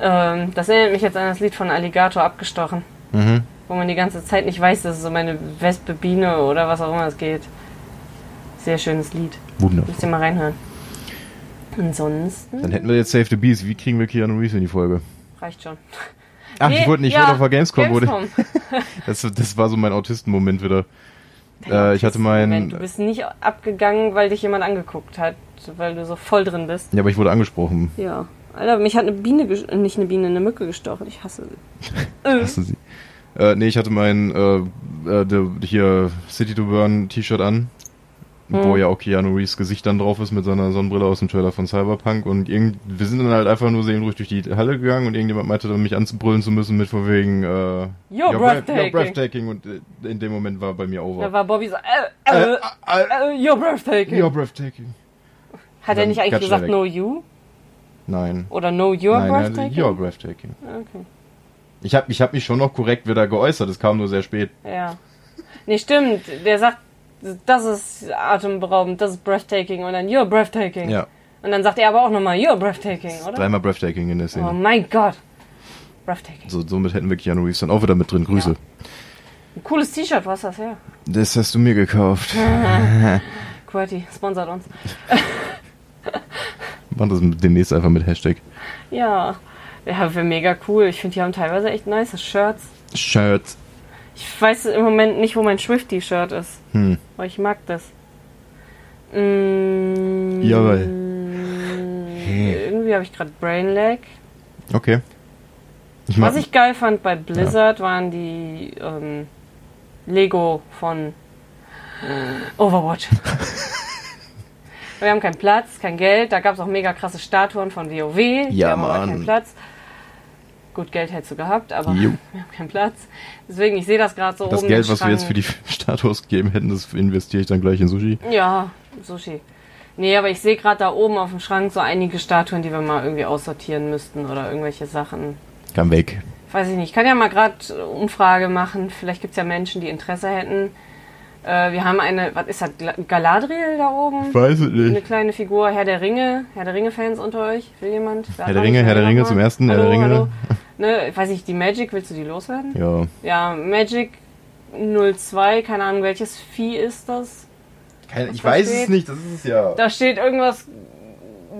[SPEAKER 2] Ähm, das erinnert mich jetzt an das Lied von Alligator abgestochen,
[SPEAKER 1] Mhm.
[SPEAKER 2] wo man die ganze Zeit nicht weiß, dass es um eine Wespe, Biene oder was auch immer es geht. Sehr schönes Lied.
[SPEAKER 1] Wunderbar.
[SPEAKER 2] Müsst ihr mal reinhören. Ansonsten
[SPEAKER 1] Dann hätten wir jetzt Save the Bees. Wie kriegen wir Keanu Reeves in die Folge?
[SPEAKER 2] reicht schon.
[SPEAKER 1] Ach,
[SPEAKER 2] Nee,
[SPEAKER 1] ich wollte nicht, ich
[SPEAKER 2] ja,
[SPEAKER 1] wollte auf der Gamescom. Wurde,
[SPEAKER 2] Gamescom.
[SPEAKER 1] das, das war so mein Autisten-Moment wieder. Äh, ich hatte
[SPEAKER 2] Moment, du
[SPEAKER 1] meinen.
[SPEAKER 2] bist nicht abgegangen, weil dich jemand angeguckt hat, weil du so voll drin bist.
[SPEAKER 1] Ja, aber ich wurde angesprochen.
[SPEAKER 2] Ja. Alter, mich hat eine Biene, ges- äh, nicht eine Biene, eine Mücke gestochen. Ich hasse sie. Äh,
[SPEAKER 1] Hast du sie? Äh, nee, ich hatte mein äh, äh, de- hier City to Burn T-Shirt an,
[SPEAKER 2] Hm.
[SPEAKER 1] wo ja auch Keanu Reeves Gesicht dann drauf ist mit seiner Sonnenbrille aus dem Trailer von Cyberpunk und irgend, wir sind dann halt einfach nur seelenruhig durch die Halle gegangen und irgendjemand meinte dann, mich anzubrüllen zu müssen mit von wegen äh, You're,
[SPEAKER 2] breathtaking.
[SPEAKER 1] you're breathtaking und äh, in dem Moment war bei mir
[SPEAKER 2] da
[SPEAKER 1] over.
[SPEAKER 2] war Bobby so, äh, äh,
[SPEAKER 1] äh, äh,
[SPEAKER 2] äh, you're breathtaking.
[SPEAKER 1] you're breathtaking.
[SPEAKER 2] Hat er
[SPEAKER 1] Dann
[SPEAKER 2] nicht eigentlich
[SPEAKER 1] ganz
[SPEAKER 2] gesagt,
[SPEAKER 1] schnell
[SPEAKER 2] no you?
[SPEAKER 1] Nein.
[SPEAKER 2] Oder no you're
[SPEAKER 1] Nein, nein,
[SPEAKER 2] breathtaking?
[SPEAKER 1] you're breathtaking.
[SPEAKER 2] Okay.
[SPEAKER 1] Ich habe ich hab mich schon noch korrekt wieder geäußert, es kam nur sehr spät.
[SPEAKER 2] Ja. Nee, stimmt. Der sagt, das ist atemberaubend, das ist breathtaking und dann you're breathtaking.
[SPEAKER 1] Ja,
[SPEAKER 2] Und dann sagt er aber auch nochmal, you're breathtaking, oder?
[SPEAKER 1] dreimal breathtaking in der Szene.
[SPEAKER 2] Oh mein Gott. Breathtaking.
[SPEAKER 1] So, somit hätten wir Keanu Reeves dann auch wieder mit drin. Grüße.
[SPEAKER 2] Ein cooles T-Shirt, was ist das her?
[SPEAKER 1] Das hast du mir gekauft.
[SPEAKER 2] QWERTY, sponsert uns.
[SPEAKER 1] Mach das demnächst einfach mit Hashtag.
[SPEAKER 2] Ja. Ja, wäre mega cool. Ich finde, die haben teilweise echt nice Shirts.
[SPEAKER 1] Shirt.
[SPEAKER 2] Ich weiß im Moment nicht, wo mein Swift-T-Shirt ist.
[SPEAKER 1] Hm.
[SPEAKER 2] Aber ich mag das.
[SPEAKER 1] Hm.
[SPEAKER 2] Mm,
[SPEAKER 1] Jawohl. Hey.
[SPEAKER 2] Irgendwie habe ich gerade Brainlag.
[SPEAKER 1] Okay. Ich mag,
[SPEAKER 2] Was ich geil fand bei Blizzard waren die ähm, Lego von äh, Overwatch. Wir haben keinen Platz, kein Geld. Da gab es auch mega krasse Statuen von WoW. die
[SPEAKER 1] Ja,
[SPEAKER 2] haben aber
[SPEAKER 1] Mann.
[SPEAKER 2] keinen Platz. Gut, Geld hättest du gehabt, aber
[SPEAKER 1] Jo.
[SPEAKER 2] wir haben keinen Platz. Deswegen, ich sehe das gerade so
[SPEAKER 1] das
[SPEAKER 2] oben.
[SPEAKER 1] Geld,
[SPEAKER 2] im
[SPEAKER 1] was wir
[SPEAKER 2] Schrank.
[SPEAKER 1] jetzt für die Statue ausgegeben hätten, das investiere ich dann gleich in Sushi.
[SPEAKER 2] Ja, Sushi. Nee, aber ich sehe gerade da oben auf dem Schrank so einige Statuen, die wir mal irgendwie aussortieren müssten oder irgendwelche Sachen.
[SPEAKER 1] Kann weg.
[SPEAKER 2] Weiß ich nicht. Ich kann ja mal gerade Umfrage machen. Vielleicht gibt's ja Menschen, die Interesse hätten. Äh, wir haben eine, was ist das, Gla- Galadriel da oben?
[SPEAKER 1] Weiß es
[SPEAKER 2] Eine
[SPEAKER 1] nicht.
[SPEAKER 2] kleine Figur, Herr der Ringe. Herr der Ringe-Fans unter euch? Will jemand?
[SPEAKER 1] Herr der Ringe, Herr der Ringe zum ersten, Herr
[SPEAKER 2] hallo,
[SPEAKER 1] der Ringe.
[SPEAKER 2] Hallo. Ne, ich weiß nicht, die Magic, willst du die loswerden?
[SPEAKER 1] Ja.
[SPEAKER 2] Ja, Magic 02, keine Ahnung, welches Vieh ist das?
[SPEAKER 1] Kein, ich
[SPEAKER 2] Was
[SPEAKER 1] weiß
[SPEAKER 2] steht?
[SPEAKER 1] es nicht, das ist es ja.
[SPEAKER 2] Da steht irgendwas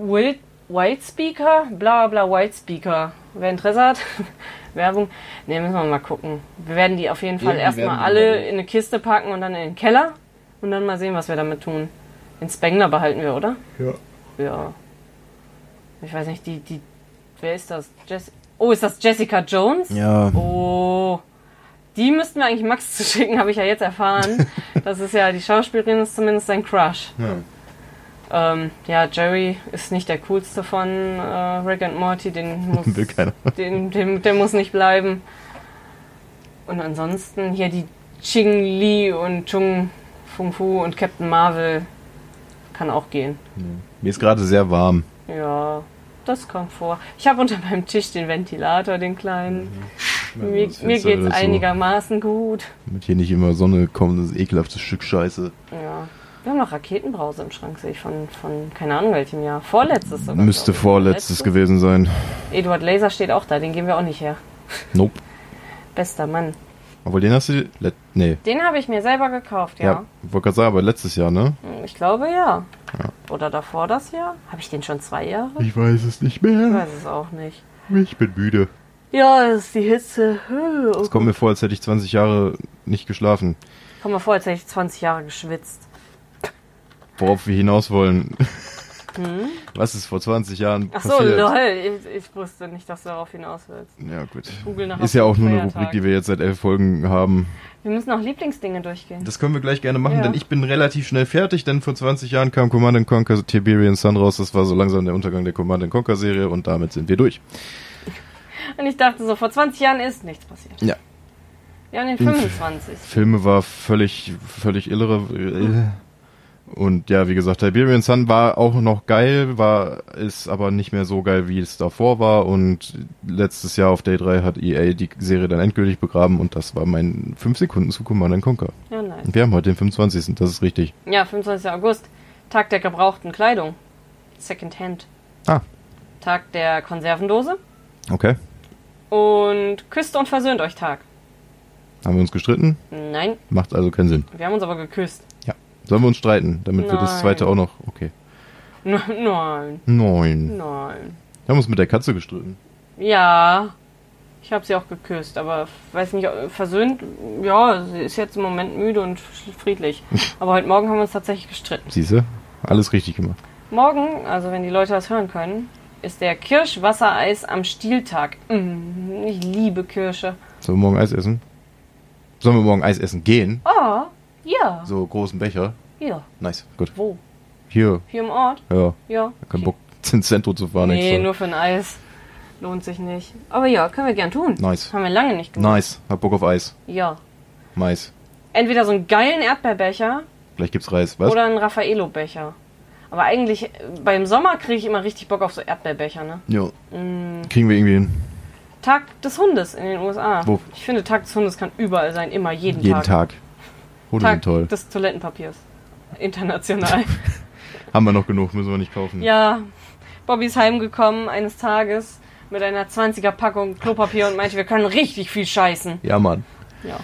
[SPEAKER 2] Wild, White Speaker, bla bla White Speaker. Wer Interesse hat, Werbung. Ne, müssen wir mal gucken. Wir werden die auf jeden Fall
[SPEAKER 1] Irgendwie
[SPEAKER 2] erstmal
[SPEAKER 1] werden wir
[SPEAKER 2] alle
[SPEAKER 1] die.
[SPEAKER 2] in eine Kiste packen und dann in den Keller und dann mal sehen, was wir damit tun. Den Spengler behalten wir, oder?
[SPEAKER 1] ja.
[SPEAKER 2] Ja. Ich weiß nicht, die, die. Wer ist das? Jess oh, ist das Jessica Jones?
[SPEAKER 1] Ja.
[SPEAKER 2] Oh. Die müssten wir eigentlich Max zu schicken, habe ich ja jetzt erfahren. Das ist ja, die Schauspielerin ist zumindest sein Crush.
[SPEAKER 1] Ja.
[SPEAKER 2] Ähm, ja, Jerry ist nicht der coolste von äh, Rick and Morty, den muss,
[SPEAKER 1] Will keiner.
[SPEAKER 2] den, den, der muss nicht bleiben. Und ansonsten hier die Ching Li und Chung Fung Fu und Captain Marvel kann auch gehen.
[SPEAKER 1] Mir ist gerade sehr warm.
[SPEAKER 2] Ja, das kommt vor. Ich habe unter meinem Tisch den Ventilator, den kleinen.
[SPEAKER 1] Schmeißen wir
[SPEAKER 2] Mir,
[SPEAKER 1] Mhm, das
[SPEAKER 2] mir
[SPEAKER 1] Fenster
[SPEAKER 2] geht's
[SPEAKER 1] wieder zu,
[SPEAKER 2] einigermaßen gut.
[SPEAKER 1] Damit hier nicht immer Sonne kommt, das ekelhaftes Stück Scheiße.
[SPEAKER 2] Ja. Wir haben noch Raketenbrause im Schrank, sehe ich von, von keine Ahnung welchem Jahr. Vorletztes sogar.
[SPEAKER 1] Müsste
[SPEAKER 2] glaub ich.
[SPEAKER 1] vorletztes
[SPEAKER 2] Letztes?
[SPEAKER 1] gewesen sein.
[SPEAKER 2] Eduard Laser steht auch da, den geben wir auch nicht her.
[SPEAKER 1] Nope.
[SPEAKER 2] Bester Mann.
[SPEAKER 1] Aber den hast du. Let nee.
[SPEAKER 2] Den habe ich mir selber gekauft,
[SPEAKER 1] Ja.
[SPEAKER 2] ja. Hm,
[SPEAKER 1] Wollte gerade sagen, aber letztes Jahr, ne?
[SPEAKER 2] Ich glaube ja. Oder davor das Jahr? Habe ich den schon zwei Jahre?
[SPEAKER 1] Ich weiß es nicht
[SPEAKER 2] Ich
[SPEAKER 1] mehr.
[SPEAKER 2] weiß es auch nicht.
[SPEAKER 1] Ich bin müde.
[SPEAKER 2] Ja, es ist die Hitze. Hm, Oh,
[SPEAKER 1] Es kommt mir vor, als hätte ich 20 Jahre nicht geschlafen.
[SPEAKER 2] komm mal vor, als hätte ich 20 Jahre geschwitzt.
[SPEAKER 1] Worauf wir hinaus wollen. Was ist vor 20 Jahren
[SPEAKER 2] Hm? Ach so,
[SPEAKER 1] passiert?
[SPEAKER 2] lol. Ich, ich wusste nicht, dass du darauf hinaus willst.
[SPEAKER 1] Ja, gut.
[SPEAKER 2] Google nach
[SPEAKER 1] Ist ja auch nur eine
[SPEAKER 2] Feiertagen.
[SPEAKER 1] Rubrik, die wir jetzt seit elf Folgen haben.
[SPEAKER 2] Wir müssen auch Lieblingsdinge durchgehen.
[SPEAKER 1] Das können wir gleich gerne machen,
[SPEAKER 2] Ja.
[SPEAKER 1] denn ich bin relativ schnell fertig, denn vor 20 Jahren kam Command and Conquer Tiberian Sun raus. Das war so langsam der Untergang der Command and Conquer Serie und damit sind wir durch.
[SPEAKER 2] Und ich dachte so, vor 20 Jahren ist nichts passiert.
[SPEAKER 1] Ja.
[SPEAKER 2] Ja, in den
[SPEAKER 1] Mhm.
[SPEAKER 2] 25.
[SPEAKER 1] Filme war völlig, völlig irre. Und ja, wie gesagt, Tiberian Sun war auch noch geil, war, ist aber nicht mehr so geil, wie es davor war. Und letztes Jahr auf Day 3 hat EA die Serie dann endgültig begraben und das war mein 5 Sekunden zu Command and Conquer.
[SPEAKER 2] Ja, nice.
[SPEAKER 1] Und wir haben heute den 25. Das ist richtig.
[SPEAKER 2] Ja, 25. August. Tag der gebrauchten Kleidung. Secondhand.
[SPEAKER 1] Ah.
[SPEAKER 2] Tag der Konservendose.
[SPEAKER 1] Okay.
[SPEAKER 2] Und küsst und versöhnt euch Tag.
[SPEAKER 1] Haben wir uns gestritten?
[SPEAKER 2] Nein,
[SPEAKER 1] Macht also keinen Sinn.
[SPEAKER 2] wir haben uns aber geküsst.
[SPEAKER 1] Sollen wir uns streiten, damit wir das
[SPEAKER 2] Nein.
[SPEAKER 1] zweite auch noch. Okay.
[SPEAKER 2] Nein,
[SPEAKER 1] Nein.
[SPEAKER 2] nein.
[SPEAKER 1] Wir haben uns mit der Katze gestritten.
[SPEAKER 2] Ja, ich habe sie auch geküsst, aber weiß nicht, versöhnt, ja, sie ist jetzt im Moment müde und friedlich. Aber heute Morgen haben wir uns tatsächlich gestritten.
[SPEAKER 1] Siehste? Alles richtig gemacht.
[SPEAKER 2] Morgen, also wenn die Leute das hören können, ist der Kirschwassereis am Stieltag. Mm, ich liebe Kirsche.
[SPEAKER 1] Sollen wir morgen Eis essen? Sollen wir morgen Eis essen gehen?
[SPEAKER 2] Ah, ja,
[SPEAKER 1] So großen Becher.
[SPEAKER 2] hier.
[SPEAKER 1] Nice. Gut.
[SPEAKER 2] Wo?
[SPEAKER 1] Hier.
[SPEAKER 2] Hier im Ort?
[SPEAKER 1] Ja.
[SPEAKER 2] Ja.
[SPEAKER 1] Kein Bock ins Zentrum zu fahren.
[SPEAKER 2] Nee,
[SPEAKER 1] extra.
[SPEAKER 2] nur für ein Eis. Lohnt sich nicht. Aber ja, können wir gern tun.
[SPEAKER 1] Nice.
[SPEAKER 2] Haben wir lange nicht gemacht.
[SPEAKER 1] Nice. Hab Bock auf Eis.
[SPEAKER 2] Ja.
[SPEAKER 1] Mais.
[SPEAKER 2] Entweder so einen geilen Erdbeerbecher
[SPEAKER 1] Gleich gibt's Reis. Was?
[SPEAKER 2] oder einen Raffaello-Becher. Aber eigentlich, äh, beim Sommer kriege ich immer richtig Bock auf so Erdbeerbecher, ne?
[SPEAKER 1] Jo.
[SPEAKER 2] Mm.
[SPEAKER 1] Kriegen wir irgendwie hin.
[SPEAKER 2] Tag des Hundes in den USA.
[SPEAKER 1] Wo?
[SPEAKER 2] Ich finde, Tag des Hundes kann überall sein, immer, jeden,
[SPEAKER 1] Jeden Tag. Hunde
[SPEAKER 2] Tag
[SPEAKER 1] sind toll.
[SPEAKER 2] des Toilettenpapiers. International.
[SPEAKER 1] Haben wir noch genug, müssen wir nicht kaufen.
[SPEAKER 2] ja, Bobby ist heimgekommen eines Tages mit einer 20er-Packung Klopapier und meinte, wir können richtig viel scheißen.
[SPEAKER 1] Ja, Mann.
[SPEAKER 2] Ja.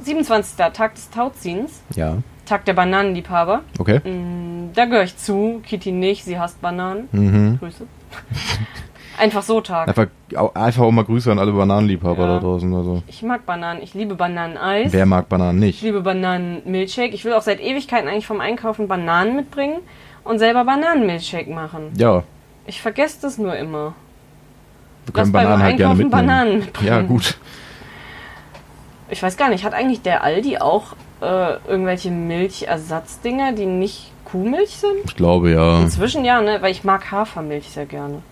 [SPEAKER 2] 27. Tag des Tauziehens.
[SPEAKER 1] Ja.
[SPEAKER 2] Tag der Bananenliebhaber.
[SPEAKER 1] Okay.
[SPEAKER 2] Mm, Da gehöre ich zu. Kitty nicht, sie hasst Bananen.
[SPEAKER 1] Mhm.
[SPEAKER 2] Grüße. Einfach so Tag.
[SPEAKER 1] Einfach, au- einfach auch mal Grüße an alle Bananenliebhaber
[SPEAKER 2] Ja.
[SPEAKER 1] da draußen. Also.
[SPEAKER 2] Ich mag Bananen. Ich liebe Bananeneis.
[SPEAKER 1] Wer mag Bananen
[SPEAKER 2] Ich
[SPEAKER 1] nicht?
[SPEAKER 2] liebe Bananenmilchshake. Ich will auch seit Ewigkeiten eigentlich vom Einkaufen Bananen mitbringen und selber Bananenmilchshake machen.
[SPEAKER 1] Ja,
[SPEAKER 2] Ich vergesse das nur immer.
[SPEAKER 1] wir
[SPEAKER 2] Lass
[SPEAKER 1] können Bananen
[SPEAKER 2] beim
[SPEAKER 1] halt gerne
[SPEAKER 2] Einkaufen
[SPEAKER 1] mitnehmen.
[SPEAKER 2] Bananen Mhm. mitbringen.
[SPEAKER 1] Ja, gut.
[SPEAKER 2] Ich weiß gar nicht, hat eigentlich der Aldi auch äh, irgendwelche Milchersatzdinger, die nicht Kuhmilch sind?
[SPEAKER 1] Ich glaube ja.
[SPEAKER 2] Inzwischen ja, ne? Weil ich mag Hafermilch sehr gerne.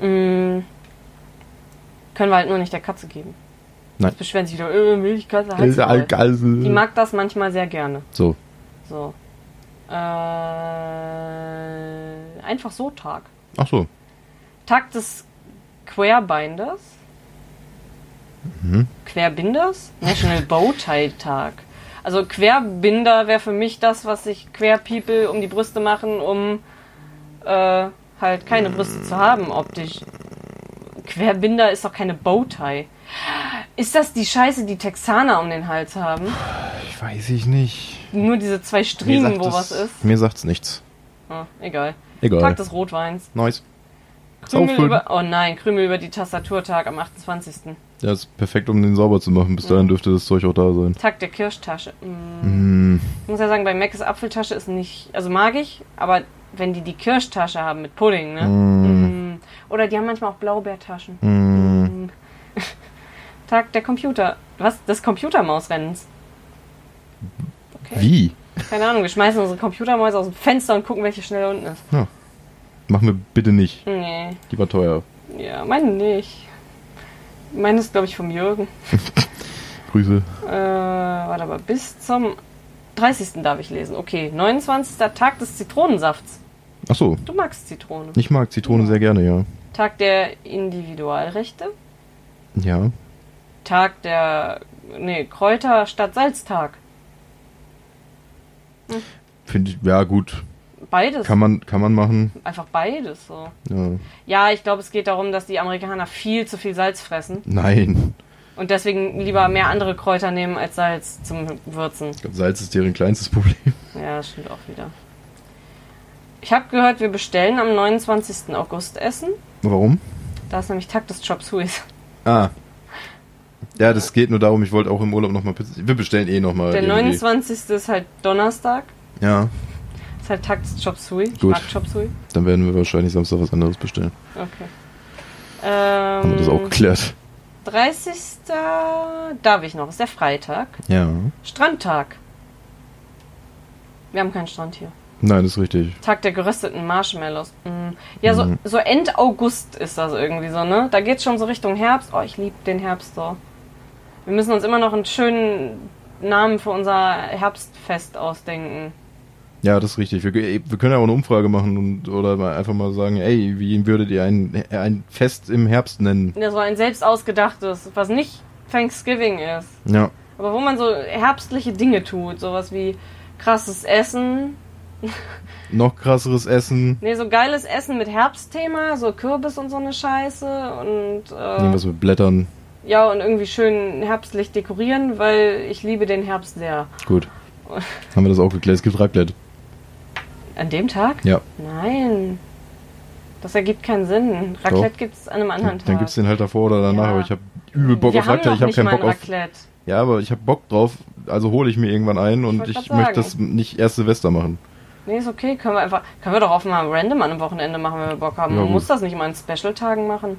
[SPEAKER 2] Mm. Können wir halt nur nicht der Katze geben.
[SPEAKER 1] Nein.
[SPEAKER 2] Jetzt beschweren sich wieder, öh, Milchkatze hat Die mag das manchmal sehr gerne.
[SPEAKER 1] also. So,
[SPEAKER 2] So. Äh, einfach so Tag.
[SPEAKER 1] ach so.
[SPEAKER 2] Tag des Querbinders. Querbinders? National Bowtie Tag. Also Querbinder wäre für mich das, was sich Querpeople um die Brüste machen, um äh, halt keine Brüste zu haben optisch. Querbinder ist doch keine Bowtie. Ist das die Scheiße, die Texaner um den Hals haben?
[SPEAKER 1] Ich weiß ich nicht.
[SPEAKER 2] Nur diese zwei Striemen, wo was ist?
[SPEAKER 1] Mir sagt's nichts.
[SPEAKER 2] Ah, egal.
[SPEAKER 1] Egal.
[SPEAKER 2] Tag des Rotweins.
[SPEAKER 1] Nice.
[SPEAKER 2] Krümel
[SPEAKER 1] Saufen.
[SPEAKER 2] über, oh nein, Krümel über die Tastaturtag am 28.
[SPEAKER 1] Ja, ist perfekt, um den sauber zu machen.
[SPEAKER 2] Mhm.
[SPEAKER 1] Bis dahin dürfte das Zeug auch da sein.
[SPEAKER 2] Tag der Kirschtasche. Mm.
[SPEAKER 1] Hm,
[SPEAKER 2] Ich muss ja sagen, bei Mc's Apfeltasche ist nicht, also mag ich, aber wenn die die Kirschtasche haben mit Pudding, ne? Mm. Oder die haben manchmal auch Blaubeertaschen.
[SPEAKER 1] hm.
[SPEAKER 2] Mm. Tag der Computer. Was? Des Computermausrennens. Okay.
[SPEAKER 1] Wie?
[SPEAKER 2] Keine Ahnung, wir schmeißen unsere Computermäuse aus dem Fenster und gucken, welche schnell unten ist.
[SPEAKER 1] Machen wir bitte nicht.
[SPEAKER 2] Nee,
[SPEAKER 1] Die war teuer.
[SPEAKER 2] ja, meine nicht. Meine ist, glaube ich, vom Jürgen.
[SPEAKER 1] Grüße.
[SPEAKER 2] Äh, warte mal, bis zum 30. darf ich lesen. Okay, 29. Tag des Zitronensafts.
[SPEAKER 1] Ach so.
[SPEAKER 2] Du magst Zitrone.
[SPEAKER 1] Ich mag Zitrone sehr gerne, ja.
[SPEAKER 2] Tag der Individualrechte.
[SPEAKER 1] Ja.
[SPEAKER 2] Tag der. Nee, Kräuter statt Salztag.
[SPEAKER 1] Finde ich, ja gut.
[SPEAKER 2] Beides.
[SPEAKER 1] Kann man, kann man machen.
[SPEAKER 2] Einfach beides so.
[SPEAKER 1] Ja.
[SPEAKER 2] Ja, ich glaube, es geht darum, dass die Amerikaner viel zu viel Salz fressen
[SPEAKER 1] Nein.
[SPEAKER 2] und deswegen lieber mehr andere Kräuter nehmen als Salz zum Würzen.
[SPEAKER 1] Ich glaube, Salz ist deren kleinstes Problem.
[SPEAKER 2] Ja, das stimmt auch wieder. Ich habe gehört, wir bestellen am 29. August Essen.
[SPEAKER 1] Warum?
[SPEAKER 2] Da ist nämlich Tag des Chop Suis.
[SPEAKER 1] Ah. Ja, das geht nur darum, ich wollte auch im Urlaub nochmal Pizza. Wir bestellen eh nochmal.
[SPEAKER 2] Der 29. ist halt Donnerstag.
[SPEAKER 1] Ja,
[SPEAKER 2] Ist halt Tag des Chop Sui. Ich
[SPEAKER 1] Gut.
[SPEAKER 2] mag Chop Sui.
[SPEAKER 1] dann werden wir wahrscheinlich Samstag was anderes bestellen.
[SPEAKER 2] Okay.
[SPEAKER 1] Haben wir das auch
[SPEAKER 2] Ähm,
[SPEAKER 1] geklärt.
[SPEAKER 2] 30. darf ich noch, ist der Freitag.
[SPEAKER 1] Ja.
[SPEAKER 2] Strandtag. Wir haben keinen Strand hier.
[SPEAKER 1] Nein, das ist richtig.
[SPEAKER 2] Tag der gerösteten Marshmallows. Mm. Ja, so,
[SPEAKER 1] Mhm.
[SPEAKER 2] so End August ist das irgendwie so, ne? Da geht's schon so Richtung Herbst. Oh, ich liebe den Herbst so. Wir müssen uns immer noch einen schönen Namen für unser Herbstfest ausdenken.
[SPEAKER 1] Ja, das ist richtig. Wir, wir können ja auch eine Umfrage machen und oder mal einfach mal sagen, ey, wie würdet ihr ein, ein Fest im Herbst nennen?
[SPEAKER 2] Ja, so ein selbst ausgedachtes, was nicht Thanksgiving ist.
[SPEAKER 1] Ja.
[SPEAKER 2] Aber wo man so herbstliche Dinge tut. Sowas wie krasses Essen.
[SPEAKER 1] Noch krasseres Essen.
[SPEAKER 2] Nee, so geiles Essen mit Herbstthema. So Kürbis und so eine Scheiße. Und, äh,
[SPEAKER 1] Irgendwas mit Blättern.
[SPEAKER 2] Ja, und irgendwie schön herbstlich dekorieren, weil ich liebe den Herbst sehr.
[SPEAKER 1] Gut. Haben wir das auch geklärt. Es gibt Raclette.
[SPEAKER 2] An dem Tag?
[SPEAKER 1] Ja.
[SPEAKER 2] Nein. Das ergibt keinen Sinn. Raclette gibt es an einem anderen Tag.
[SPEAKER 1] Dann gibt's den halt davor oder danach,
[SPEAKER 2] Ja.
[SPEAKER 1] aber ich habe übel Bock
[SPEAKER 2] Wir
[SPEAKER 1] auf
[SPEAKER 2] haben
[SPEAKER 1] Raclette.
[SPEAKER 2] noch
[SPEAKER 1] Ich habe
[SPEAKER 2] nicht
[SPEAKER 1] keinen
[SPEAKER 2] mal ein
[SPEAKER 1] Bock auf
[SPEAKER 2] Raclette.
[SPEAKER 1] Ja, aber ich hab Bock drauf, also hole ich mir irgendwann ein und
[SPEAKER 2] wollt
[SPEAKER 1] ich
[SPEAKER 2] grad
[SPEAKER 1] möchte
[SPEAKER 2] sagen.
[SPEAKER 1] das nicht erst Silvester machen.
[SPEAKER 2] Nee, ist okay. Können wir einfach. Können wir doch auch mal random an einem Wochenende machen, wenn wir Bock haben.
[SPEAKER 1] Ja,
[SPEAKER 2] Man
[SPEAKER 1] gut.
[SPEAKER 2] muss das nicht immer an Special-Tagen machen.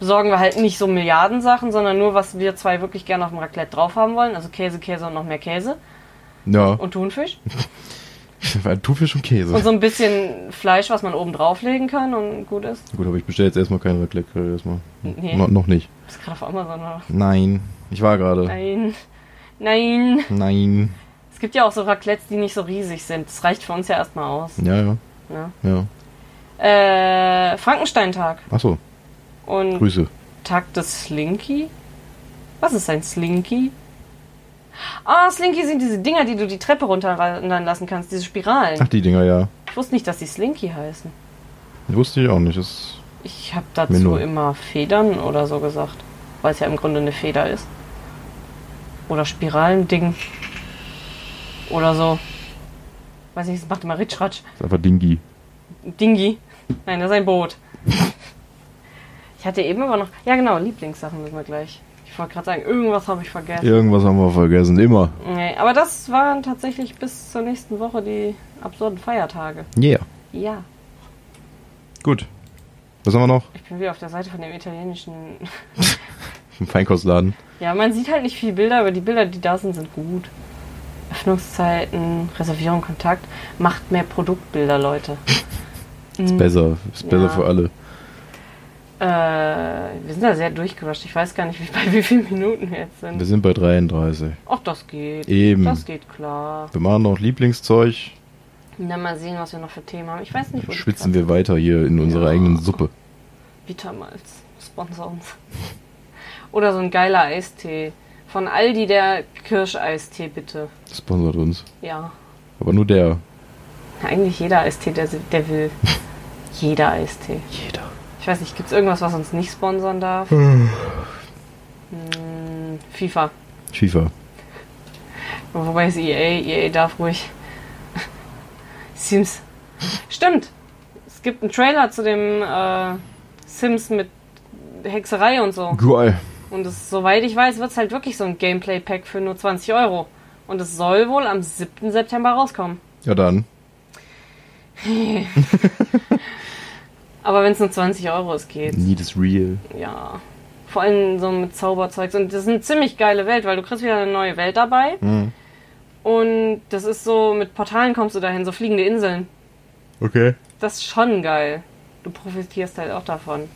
[SPEAKER 2] Besorgen wir halt nicht so Milliarden Sachen, sondern nur, was wir zwei wirklich gerne auf dem Raclette drauf haben wollen. Also Käse, Käse und noch mehr Käse.
[SPEAKER 1] Ja,
[SPEAKER 2] Und Thunfisch.
[SPEAKER 1] ein Thunfisch und Käse.
[SPEAKER 2] Und so ein bisschen Fleisch, was man oben drauflegen kann und gut ist.
[SPEAKER 1] Gut, aber ich bestelle jetzt erstmal keinen Raclette. Erstmal.
[SPEAKER 2] Nee.
[SPEAKER 1] No, noch nicht.
[SPEAKER 2] Ist gerade auf Amazon oder?
[SPEAKER 1] Nein, ich war gerade.
[SPEAKER 2] Nein. Nein.
[SPEAKER 1] Nein.
[SPEAKER 2] Es gibt ja auch so Raclettes, die nicht so riesig sind. Das reicht für uns ja erstmal aus.
[SPEAKER 1] Ja, ja,
[SPEAKER 2] Ne?
[SPEAKER 1] ja.
[SPEAKER 2] Äh, Frankensteintag
[SPEAKER 1] Achso,
[SPEAKER 2] und
[SPEAKER 1] Grüße.
[SPEAKER 2] Tag des Slinky. Was ist ein Slinky? Ah, Slinky sind diese Dinger, die du die Treppe runterwandern lassen kannst, diese Spiralen.
[SPEAKER 1] Ach, die Dinger, ja.
[SPEAKER 2] Ich wusste nicht, dass die Slinky heißen.
[SPEAKER 1] Wusste ich auch nicht. Das,
[SPEAKER 2] Ich habe dazu
[SPEAKER 1] Menno.
[SPEAKER 2] immer Federn oder so gesagt, weil es ja im Grunde eine Feder ist. Oder Spiralending. Oder so. Weiß nicht, es macht immer Ritschratsch.
[SPEAKER 1] ist einfach Dingi.
[SPEAKER 2] Dingi. Nein, das ist ein Boot. Ich hatte eben aber noch. Ja, genau, Lieblingssachen müssen wir gleich. Ich wollte gerade sagen, irgendwas habe ich vergessen.
[SPEAKER 1] Irgendwas haben wir vergessen, immer.
[SPEAKER 2] Nee, aber das waren tatsächlich bis zur nächsten Woche die absurden Feiertage.
[SPEAKER 1] Yeah.
[SPEAKER 2] Ja,
[SPEAKER 1] Gut. Was haben wir noch?
[SPEAKER 2] ich bin wieder auf der Seite von dem italienischen.
[SPEAKER 1] Im Feinkostladen.
[SPEAKER 2] Ja, man sieht halt nicht viel Bilder, aber die Bilder, die da sind, sind gut. Öffnungszeiten, Reservierung, Kontakt. Macht mehr Produktbilder, Leute.
[SPEAKER 1] Ist besser. Ist
[SPEAKER 2] Ja.
[SPEAKER 1] besser für alle.
[SPEAKER 2] Äh, wir sind da sehr durchgerusht. Ich weiß gar nicht, wie, bei wie vielen Minuten wir jetzt sind.
[SPEAKER 1] Wir sind bei 33.
[SPEAKER 2] Ach, das geht.
[SPEAKER 1] Eben.
[SPEAKER 2] Das geht klar.
[SPEAKER 1] Wir machen noch Lieblingszeug.
[SPEAKER 2] Und dann mal sehen, was wir noch für Themen haben. Ich weiß nicht, wo die
[SPEAKER 1] Schwitzen wir weiter hier in unserer eigenen Suppe.
[SPEAKER 2] Vitamalz. Sponsor uns. Oder so ein geiler Eistee. Von Aldi der Kirscheistee, bitte.
[SPEAKER 1] Sponsert uns.
[SPEAKER 2] Ja.
[SPEAKER 1] Aber nur der.
[SPEAKER 2] Eigentlich jeder Eistee, der, sie- der will. jeder Eistee.
[SPEAKER 1] Jeder.
[SPEAKER 2] Ich weiß nicht, gibt's irgendwas, was uns nicht sponsern darf? Hm, FIFA.
[SPEAKER 1] FIFA.
[SPEAKER 2] Wobei es E EA, EA darf ruhig. Sims. Stimmt. Es gibt einen Trailer zu dem äh, Sims mit Hexerei und so.
[SPEAKER 1] Geil.
[SPEAKER 2] Und es, soweit ich weiß, wird's halt wirklich so ein Gameplay-Pack für nur 20 Euro. Und es soll wohl am 7. September rauskommen.
[SPEAKER 1] Ja dann.
[SPEAKER 2] Aber wenn's nur 20 Euro ist, geht's.
[SPEAKER 1] Need is real.
[SPEAKER 2] Ja. Vor allem so mit Zauberzeugs. Und das ist eine ziemlich geile Welt, weil du kriegst wieder eine neue Welt dabei. Und das ist so, mit Portalen kommst du dahin, so fliegende Inseln.
[SPEAKER 1] Okay.
[SPEAKER 2] Das ist schon geil. Du profitierst halt auch davon.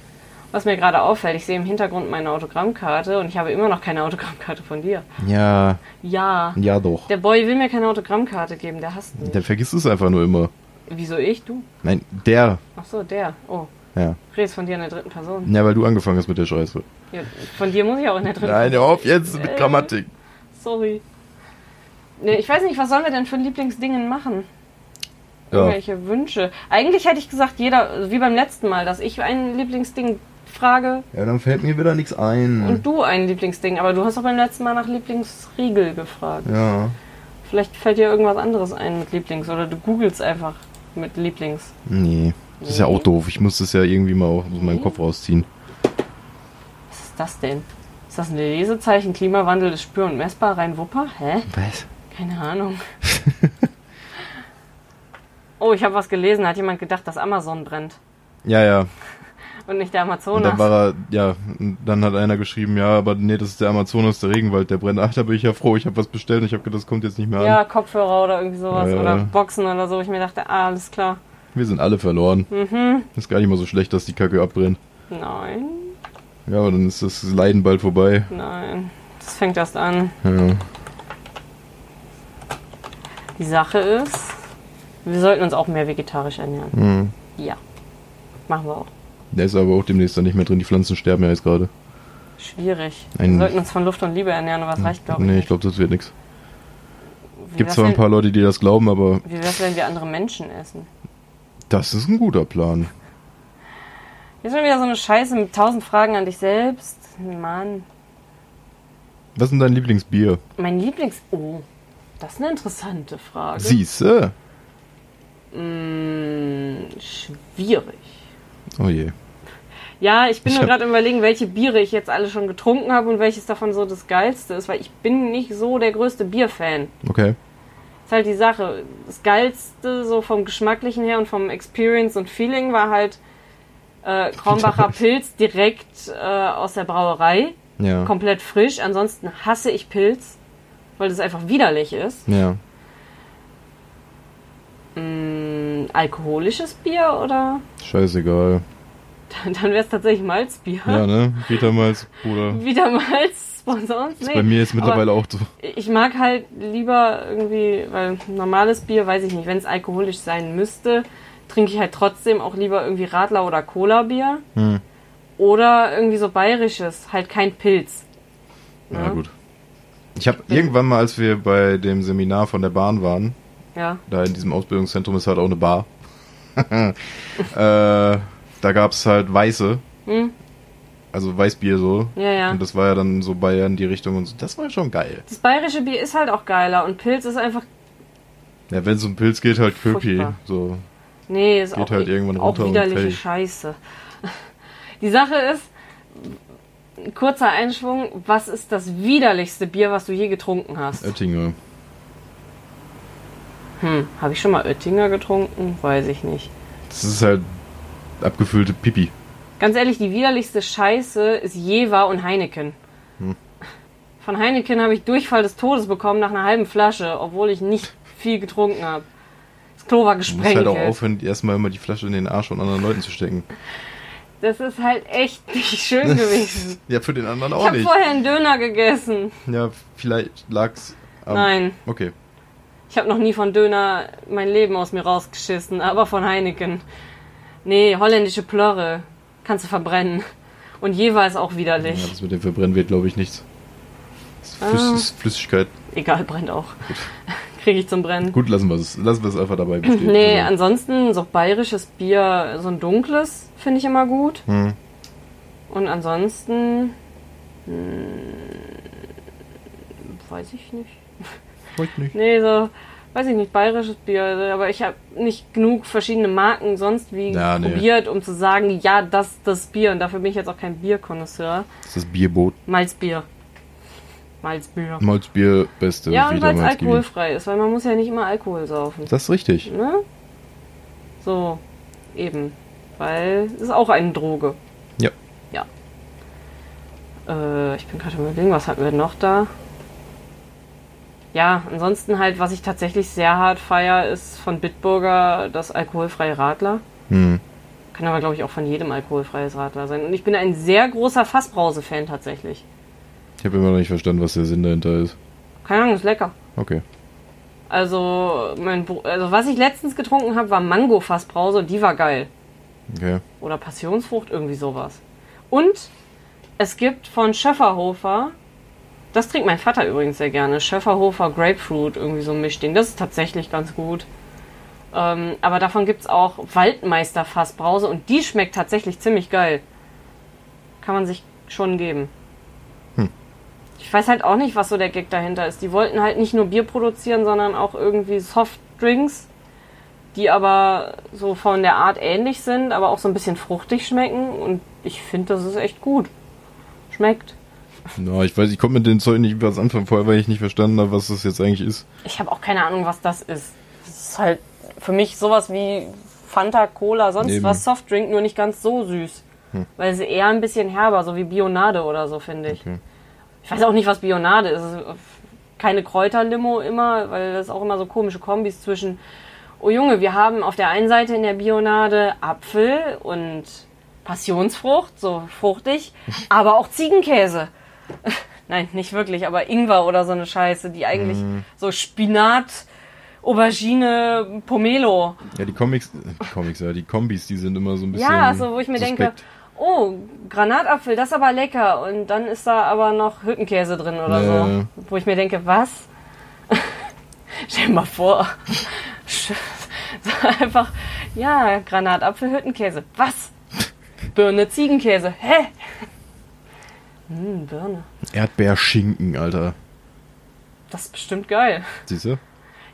[SPEAKER 2] Was mir gerade auffällt, ich sehe im Hintergrund meine Autogrammkarte und ich habe immer noch keine Autogrammkarte von dir.
[SPEAKER 1] Ja,
[SPEAKER 2] Ja.
[SPEAKER 1] ja doch.
[SPEAKER 2] Der Boy will mir keine Autogrammkarte geben, der hasst mich.
[SPEAKER 1] Der vergisst es einfach nur immer.
[SPEAKER 2] Wieso ich? Du?
[SPEAKER 1] Nein, der.
[SPEAKER 2] Ach so, der. Oh.
[SPEAKER 1] Ja.
[SPEAKER 2] Du redest von dir in der dritten Person.
[SPEAKER 1] Ja, weil du angefangen hast mit der Scheiße.
[SPEAKER 2] Ja, von dir muss ich auch in der dritten
[SPEAKER 1] Nein, hör auf jetzt mit
[SPEAKER 2] Äh.
[SPEAKER 1] Grammatik.
[SPEAKER 2] Sorry. Nee, ich weiß nicht, was sollen wir denn für Lieblingsdingen machen?
[SPEAKER 1] Ja.
[SPEAKER 2] Irgendwelche Wünsche. Eigentlich hätte ich gesagt, jeder, wie beim letzten Mal, dass ich ein Lieblingsding frage
[SPEAKER 1] Ja, dann fällt mir wieder nichts ein.
[SPEAKER 2] und du ein Lieblingsding. Aber du hast auch beim letzten Mal nach Lieblingsriegel gefragt.
[SPEAKER 1] ja.
[SPEAKER 2] Vielleicht fällt dir irgendwas anderes ein mit Lieblings oder du googelst einfach mit Lieblings.
[SPEAKER 1] Nee. Das ist ja auch
[SPEAKER 2] Nee.
[SPEAKER 1] doof. Ich muss das ja irgendwie mal aus meinem
[SPEAKER 2] Nee.
[SPEAKER 1] Kopf rausziehen.
[SPEAKER 2] Was ist das denn? Ist das ein Lesezeichen? Klimawandel ist spür- und messbar? Rein Wupper? Hä?
[SPEAKER 1] Was?
[SPEAKER 2] Keine Ahnung. oh, ich habe was gelesen. Hat jemand gedacht, dass Amazon brennt
[SPEAKER 1] Ja, ja.
[SPEAKER 2] und nicht der
[SPEAKER 1] Und dann
[SPEAKER 2] Amazonas?
[SPEAKER 1] war er, ja, und dann hat einer geschrieben, ja, aber nee, das ist der Amazonas, der Regenwald, der brennt. Ach, da bin ich ja froh, ich habe was bestellt und ich habe gedacht, das kommt jetzt nicht mehr an.
[SPEAKER 2] Ja, Kopfhörer oder irgendwie sowas
[SPEAKER 1] Ja, ja,
[SPEAKER 2] oder
[SPEAKER 1] ja.
[SPEAKER 2] Boxen oder so. wo Ich mir dachte, ah, alles klar.
[SPEAKER 1] Wir sind alle verloren.
[SPEAKER 2] Mhm.
[SPEAKER 1] Ist gar nicht mal so schlecht, dass die Kacke abbrennt.
[SPEAKER 2] Nein,
[SPEAKER 1] Ja, aber dann ist das Leiden bald vorbei.
[SPEAKER 2] nein. Das fängt erst an.
[SPEAKER 1] Ja.
[SPEAKER 2] Die Sache ist, wir sollten uns auch mehr vegetarisch ernähren.
[SPEAKER 1] Hm.
[SPEAKER 2] Ja. Machen wir auch.
[SPEAKER 1] Der ist aber auch demnächst dann nicht mehr drin. Die Pflanzen sterben ja jetzt gerade.
[SPEAKER 2] Schwierig.
[SPEAKER 1] Ein- Hm.
[SPEAKER 2] wir sollten uns von Luft und Liebe ernähren, aber das reicht, glaube ich.
[SPEAKER 1] Nee, ich
[SPEAKER 2] nicht.
[SPEAKER 1] glaube, das wird nichts.
[SPEAKER 2] Wie
[SPEAKER 1] Gibt
[SPEAKER 2] wär's,
[SPEAKER 1] zwar ein
[SPEAKER 2] wenn-
[SPEAKER 1] paar Leute, die das glauben, aber
[SPEAKER 2] Wie wär's, wenn wir andere Menschen essen?
[SPEAKER 1] das ist ein guter Plan.
[SPEAKER 2] Jetzt schon wieder so eine Scheiße mit tausend Fragen an dich selbst. Mann.
[SPEAKER 1] Was ist denn dein Lieblingsbier?
[SPEAKER 2] Mein Lieblings. Oh, das ist eine interessante Frage.
[SPEAKER 1] Siehste?
[SPEAKER 2] Mm, schwierig.
[SPEAKER 1] Oh je.
[SPEAKER 2] Ja, ich bin
[SPEAKER 1] Ich
[SPEAKER 2] nur
[SPEAKER 1] hab-
[SPEAKER 2] gerade am überlegen, welche Biere ich jetzt alle schon getrunken habe und welches davon so das geilste ist, weil ich bin nicht so der größte Bierfan.
[SPEAKER 1] Okay.
[SPEAKER 2] Ist halt die Sache. Das geilste so vom geschmacklichen her und vom Experience und Feeling war halt äh, Kronbacher Pilz direkt äh, aus der Brauerei,
[SPEAKER 1] Ja.
[SPEAKER 2] komplett frisch. Ansonsten hasse ich Pilz, weil das einfach widerlich ist.
[SPEAKER 1] Ja.
[SPEAKER 2] Mm, alkoholisches Bier oder?
[SPEAKER 1] Scheißegal.
[SPEAKER 2] Dann wäre es tatsächlich Malzbier.
[SPEAKER 1] Ja, ne? Peter Malz, Bruder.
[SPEAKER 2] Wieder Malz, sponsor uns
[SPEAKER 1] Ist
[SPEAKER 2] nicht.
[SPEAKER 1] bei mir jetzt mittlerweile auch so.
[SPEAKER 2] Aber ich mag halt lieber irgendwie, weil normales Bier, weiß ich nicht, wenn es alkoholisch sein müsste, trinke ich halt trotzdem auch lieber irgendwie Radler oder Cola-Bier.
[SPEAKER 1] Hm.
[SPEAKER 2] Oder irgendwie so bayerisches, halt kein Pilz.
[SPEAKER 1] Ja,
[SPEAKER 2] Ja.
[SPEAKER 1] gut. Ich habe irgendwann mal, als wir bei dem Seminar von der Bahn waren,
[SPEAKER 2] Ja.
[SPEAKER 1] da in diesem Ausbildungszentrum ist halt auch eine Bar. äh, da gab es halt Weiße.
[SPEAKER 2] Hm.
[SPEAKER 1] Also Weißbier so.
[SPEAKER 2] Ja, ja.
[SPEAKER 1] Und das war ja dann so Bayern die Richtung und so. Das war schon geil.
[SPEAKER 2] Das bayerische Bier ist halt auch geiler und Pilz ist einfach.
[SPEAKER 1] Ja, wenn es um Pilz geht, halt Köpi.
[SPEAKER 2] Furchtbar.
[SPEAKER 1] So.
[SPEAKER 2] Nee, ist
[SPEAKER 1] Geht
[SPEAKER 2] auch,
[SPEAKER 1] halt
[SPEAKER 2] eh-
[SPEAKER 1] irgendwann
[SPEAKER 2] auch
[SPEAKER 1] runter und
[SPEAKER 2] widerliche
[SPEAKER 1] fertig.
[SPEAKER 2] Scheiße. Die Sache ist, ein kurzer Einschwung, was ist das widerlichste Bier, was du je getrunken hast?
[SPEAKER 1] Oettinger.
[SPEAKER 2] Hm, habe ich schon mal Oettinger getrunken? Weiß ich nicht.
[SPEAKER 1] Das ist halt abgefüllte Pipi.
[SPEAKER 2] Ganz ehrlich, die widerlichste Scheiße ist Jever und Heineken.
[SPEAKER 1] Hm.
[SPEAKER 2] Von Heineken habe ich Durchfall des Todes bekommen nach einer halben Flasche, obwohl ich nicht viel getrunken habe. Das Klo war
[SPEAKER 1] Du musst halt
[SPEAKER 2] gesprengt.
[SPEAKER 1] auch aufhören, erstmal immer die Flasche in den Arsch von anderen Leuten zu stecken.
[SPEAKER 2] das ist halt echt nicht schön gewesen.
[SPEAKER 1] Ja, für den anderen
[SPEAKER 2] Ich
[SPEAKER 1] auch
[SPEAKER 2] habe
[SPEAKER 1] nicht.
[SPEAKER 2] vorher einen Döner gegessen.
[SPEAKER 1] Ja, vielleicht lag's am.
[SPEAKER 2] Nein,
[SPEAKER 1] Okay.
[SPEAKER 2] ich habe noch nie von Döner mein Leben aus mir rausgeschissen, aber von Heineken. Nee, holländische Plörre. Kannst du verbrennen. Und Jever ist auch
[SPEAKER 1] Ja,
[SPEAKER 2] widerlich.
[SPEAKER 1] das mit dem Verbrennen wird, glaube ich, nichts. Das ist Flüss
[SPEAKER 2] Ah.
[SPEAKER 1] ist Flüssigkeit.
[SPEAKER 2] Egal, brennt auch. Kriege ich zum Brennen.
[SPEAKER 1] Gut, lassen wir es. Lassen wir es einfach dabei bestehen.
[SPEAKER 2] Nee,
[SPEAKER 1] Also,
[SPEAKER 2] ansonsten so bayerisches Bier, so ein dunkles, finde ich immer gut.
[SPEAKER 1] Hm.
[SPEAKER 2] Und ansonsten. Hm, weiß ich nicht.
[SPEAKER 1] wollt nicht.
[SPEAKER 2] Nee, so. Weiß ich nicht, bayerisches Bier, also, aber ich habe nicht genug verschiedene Marken sonst wie
[SPEAKER 1] Ja, nee.
[SPEAKER 2] probiert, um zu sagen, ja, das das Bier. Und dafür bin ich jetzt auch kein Bierkonnoisseur.
[SPEAKER 1] Das ist das Bierboot.
[SPEAKER 2] Malzbier. Malzbier.
[SPEAKER 1] Malzbier, beste.
[SPEAKER 2] Ja, und
[SPEAKER 1] wieder
[SPEAKER 2] weil es
[SPEAKER 1] Malzbier.
[SPEAKER 2] alkoholfrei ist, weil man muss ja nicht immer Alkohol saufen.
[SPEAKER 1] Das ist richtig.
[SPEAKER 2] Ne? So, eben. Weil es ist auch eine Droge.
[SPEAKER 1] Ja.
[SPEAKER 2] Ja. Äh, ich bin gerade am überlegen, was hatten wir noch da? Ja, ansonsten halt, was ich tatsächlich sehr hart feier, ist von Bitburger das alkoholfreie Radler.
[SPEAKER 1] Hm.
[SPEAKER 2] Kann aber, glaube ich, auch von jedem alkoholfreies Radler sein. Und ich bin ein sehr großer Fassbrause-Fan tatsächlich.
[SPEAKER 1] Ich habe immer noch nicht verstanden, was der Sinn dahinter ist.
[SPEAKER 2] Keine Ahnung, ist lecker.
[SPEAKER 1] Okay.
[SPEAKER 2] Also, mein Br also was ich letztens getrunken habe, war Mango-Fassbrause und die war geil.
[SPEAKER 1] Okay.
[SPEAKER 2] oder Passionsfrucht, irgendwie sowas. Und es gibt von Schöfferhofer, das trinkt mein Vater übrigens sehr gerne, Schöfferhofer Grapefruit, irgendwie so ein Mischding. Das ist tatsächlich ganz gut. Ähm, aber davon gibt es auch Waldmeisterfassbrause und die schmeckt tatsächlich ziemlich geil. Kann man sich schon geben.
[SPEAKER 1] Hm.
[SPEAKER 2] Ich weiß halt auch nicht, was so der Gag dahinter ist. Die wollten halt nicht nur Bier produzieren, sondern auch irgendwie Softdrinks die aber so von der Art ähnlich sind, aber auch so ein bisschen fruchtig schmecken. Und ich finde, das ist echt gut. Schmeckt.
[SPEAKER 1] Na, ich weiß, ich konnte mit dem Zeug nicht was anfangen, vorher, weil ich nicht verstanden habe, was das jetzt eigentlich ist.
[SPEAKER 2] Ich habe auch keine Ahnung, was das ist. Das ist halt für mich sowas wie Fanta, Cola, sonst
[SPEAKER 1] Eben. Hm.
[SPEAKER 2] was, Softdrink, nur nicht ganz so süß. Weil es ist eher ein bisschen herber, so wie Bionade oder so, finde ich.
[SPEAKER 1] Okay.
[SPEAKER 2] Ich weiß auch nicht, was Bionade ist. Es ist Keine Kräuterlimo immer, weil das auch immer so komische Kombis zwischen, oh Junge, wir haben auf der einen Seite in der Bionade Apfel und Passionsfrucht, so fruchtig, aber auch Ziegenkäse. Nein, nicht wirklich, aber Ingwer oder so eine Scheiße, die eigentlich
[SPEAKER 1] Mhm.
[SPEAKER 2] so Spinat, Aubergine, Pomelo.
[SPEAKER 1] Ja, die Comics, äh, die Comics, ja, die Kombis, die sind immer so ein bisschen.
[SPEAKER 2] Ja, also wo ich mir denke,
[SPEAKER 1] suspekt.
[SPEAKER 2] oh, Granatapfel, das ist aber lecker. Und dann ist da aber noch Hüttenkäse drin oder
[SPEAKER 1] Ja.
[SPEAKER 2] so. Wo ich mir denke, was? Stell dir mal vor. Sch- so Einfach, ja, Granatapfel, Hüttenkäse. Was? Birne, Ziegenkäse. Hä? Hm, Birne.
[SPEAKER 1] Erdbeerschinken, Alter.
[SPEAKER 2] Das ist bestimmt geil.
[SPEAKER 1] Siehst du?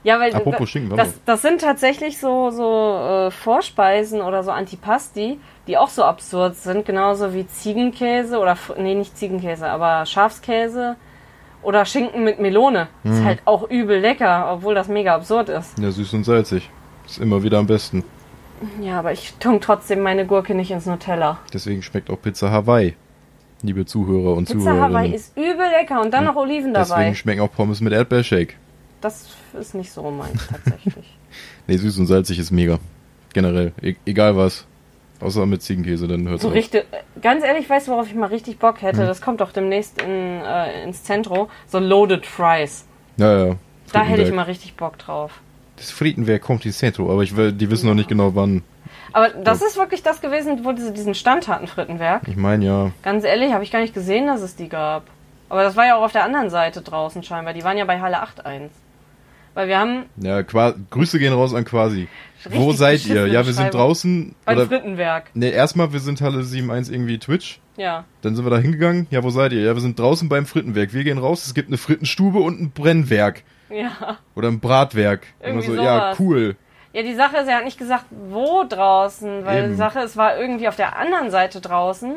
[SPEAKER 2] Ja, weil
[SPEAKER 1] Apropos
[SPEAKER 2] da-
[SPEAKER 1] Schinken, warte
[SPEAKER 2] das, das sind tatsächlich so, so äh, Vorspeisen oder so Antipasti, die auch so absurd sind, genauso wie Ziegenkäse oder Fr- nee, nicht Ziegenkäse, aber Schafskäse oder Schinken mit Melone.
[SPEAKER 1] Mhm.
[SPEAKER 2] Ist halt auch übel lecker, obwohl das mega absurd ist.
[SPEAKER 1] Ja, süß und salzig. Ist immer wieder am besten.
[SPEAKER 2] Ja, aber ich tunk trotzdem meine Gurke nicht ins Nutella.
[SPEAKER 1] Deswegen schmeckt auch Pizza Hawaii. Liebe Zuhörer und
[SPEAKER 2] Pizza
[SPEAKER 1] Zuhörerinnen.
[SPEAKER 2] Hawaii ist übel lecker und dann noch Oliven dabei.
[SPEAKER 1] ähm, Deswegen schmecken auch Pommes mit Erdbeershake.
[SPEAKER 2] Das ist nicht so meins tatsächlich.
[SPEAKER 1] Nee, süß und salzig ist mega. Generell. E egal was. Außer mit Ziegenkäse, dann hört's
[SPEAKER 2] So
[SPEAKER 1] auf.
[SPEAKER 2] richtig, ganz ehrlich, weißt du, worauf ich mal richtig Bock hätte?
[SPEAKER 1] Mhm.
[SPEAKER 2] Das kommt doch demnächst in, äh, ins Zentro. So Loaded Fries.
[SPEAKER 1] Ja, ja.
[SPEAKER 2] Da hätte ich
[SPEAKER 1] Frittenwerk.
[SPEAKER 2] mal richtig Bock drauf.
[SPEAKER 1] Das Friedenwerk kommt ins Centro, aber ich will, die wissen noch nicht genau wann.
[SPEAKER 2] Aber das ist wirklich das gewesen, wo sie diesen Stand hatten, Frittenwerk.
[SPEAKER 1] Ich meine ja,
[SPEAKER 2] Ganz ehrlich, habe ich gar nicht gesehen, dass es die gab. Aber das war ja auch auf der anderen Seite draußen scheinbar. Die waren ja bei Halle 8.1. Weil wir haben
[SPEAKER 1] ja, Qua Grüße gehen raus an quasi.
[SPEAKER 2] Richtig
[SPEAKER 1] Wo seid ihr?
[SPEAKER 2] beschissene
[SPEAKER 1] Ja, wir sind
[SPEAKER 2] Beschreibung.
[SPEAKER 1] draußen.
[SPEAKER 2] beim
[SPEAKER 1] Oder,
[SPEAKER 2] Frittenwerk.
[SPEAKER 1] nee, erstmal, wir sind Halle 7.1 irgendwie Twitch.
[SPEAKER 2] Ja.
[SPEAKER 1] Dann sind wir da hingegangen. Ja, wo seid ihr? Ja, wir sind draußen beim Frittenwerk. Wir gehen raus. Es gibt eine Frittenstube und ein Brennwerk.
[SPEAKER 2] Ja.
[SPEAKER 1] Oder ein Bratwerk.
[SPEAKER 2] Irgendwie
[SPEAKER 1] Immer so, ja,
[SPEAKER 2] sowas.
[SPEAKER 1] cool.
[SPEAKER 2] Ja, die Sache ist, er hat nicht gesagt, wo draußen, weil
[SPEAKER 1] Eben.
[SPEAKER 2] die Sache, es war irgendwie auf der anderen Seite draußen.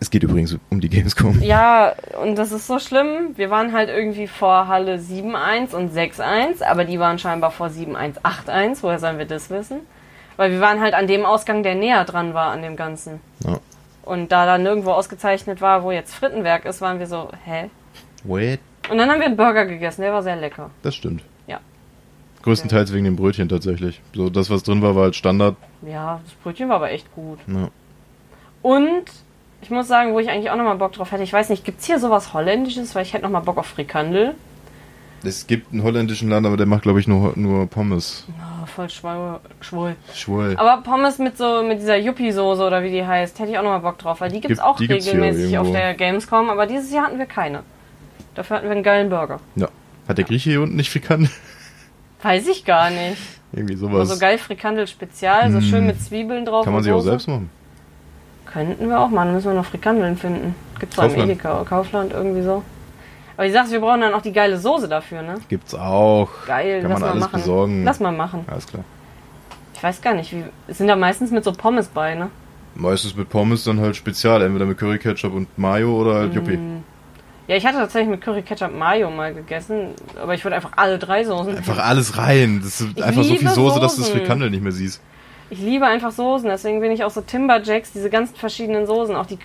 [SPEAKER 1] Es geht übrigens um die Gamescom.
[SPEAKER 2] Ja, und das ist so schlimm. Wir waren halt irgendwie vor Halle 7.1 und 6.1, aber die waren scheinbar vor 7.1, 8.1. Woher sollen wir das wissen? Weil wir waren halt an dem Ausgang, der näher dran war an dem Ganzen.
[SPEAKER 1] Ja.
[SPEAKER 2] Und da dann irgendwo ausgezeichnet war, wo jetzt Frittenwerk ist, waren wir so, hä?
[SPEAKER 1] What?
[SPEAKER 2] Und dann haben wir einen Burger gegessen, der war sehr lecker.
[SPEAKER 1] Das stimmt.
[SPEAKER 2] Ja.
[SPEAKER 1] Größtenteils wegen dem Brötchen tatsächlich. So, das, was drin war, war halt Standard.
[SPEAKER 2] Ja, das Brötchen war aber echt gut.
[SPEAKER 1] Ja.
[SPEAKER 2] Und ich muss sagen, wo ich eigentlich auch nochmal Bock drauf hätte, ich weiß nicht, gibt's hier sowas Holländisches? Weil ich hätte nochmal Bock auf Frikandel.
[SPEAKER 1] Es gibt einen holländischen Laden, aber der macht, glaube ich, nur, nur Pommes.
[SPEAKER 2] Ah, voll schwul. schwul.
[SPEAKER 1] Schwul.
[SPEAKER 2] Aber Pommes mit so mit dieser Yuppie-Soße oder wie die heißt, hätte ich auch nochmal Bock drauf, weil die gibt's
[SPEAKER 1] Gibt-
[SPEAKER 2] auch
[SPEAKER 1] die gibt's hier
[SPEAKER 2] regelmäßig auf
[SPEAKER 1] irgendwo.
[SPEAKER 2] der Gamescom, aber dieses Jahr hatten wir keine. Dafür hatten wir einen geilen Burger.
[SPEAKER 1] Ja. Hat der Grieche hier unten nicht Frikandel?
[SPEAKER 2] Weiß ich gar nicht.
[SPEAKER 1] Irgendwie
[SPEAKER 2] Aber
[SPEAKER 1] sowas.
[SPEAKER 2] so Also geil Frikandel Spezial, so schön mit Zwiebeln drauf.
[SPEAKER 1] Hm. Kann man
[SPEAKER 2] und
[SPEAKER 1] sich auch
[SPEAKER 2] Soße.
[SPEAKER 1] selbst machen.
[SPEAKER 2] Könnten wir auch machen, müssen wir noch Frikandeln finden. Gibt's da im
[SPEAKER 1] Kaufland.
[SPEAKER 2] Edeka oder Kaufland irgendwie so. Aber ich sag's, wir brauchen dann auch die geile Soße dafür, ne?
[SPEAKER 1] Gibt's auch.
[SPEAKER 2] Geil,
[SPEAKER 1] Kann man
[SPEAKER 2] lass mal
[SPEAKER 1] alles
[SPEAKER 2] machen.
[SPEAKER 1] besorgen.
[SPEAKER 2] Lass mal machen.
[SPEAKER 1] Alles klar.
[SPEAKER 2] Ich weiß gar nicht, wie. Es sind da meistens mit so Pommes bei, ne?
[SPEAKER 1] Meistens mit Pommes dann halt spezial. Entweder mit Curry, Ketchup und Mayo oder
[SPEAKER 2] Mm.
[SPEAKER 1] halt Juppie.
[SPEAKER 2] Ja, ich hatte tatsächlich mit Curry Ketchup Mayo mal gegessen, aber ich würde einfach alle drei Soßen.
[SPEAKER 1] Einfach alles rein. Das ist einfach so
[SPEAKER 2] liebe
[SPEAKER 1] viel Soße, dass du das
[SPEAKER 2] Soßen.
[SPEAKER 1] Frikandel nicht mehr siehst.
[SPEAKER 2] Ich liebe einfach Soßen, deswegen bin ich auch so Timberjacks, diese ganzen verschiedenen Soßen, auch die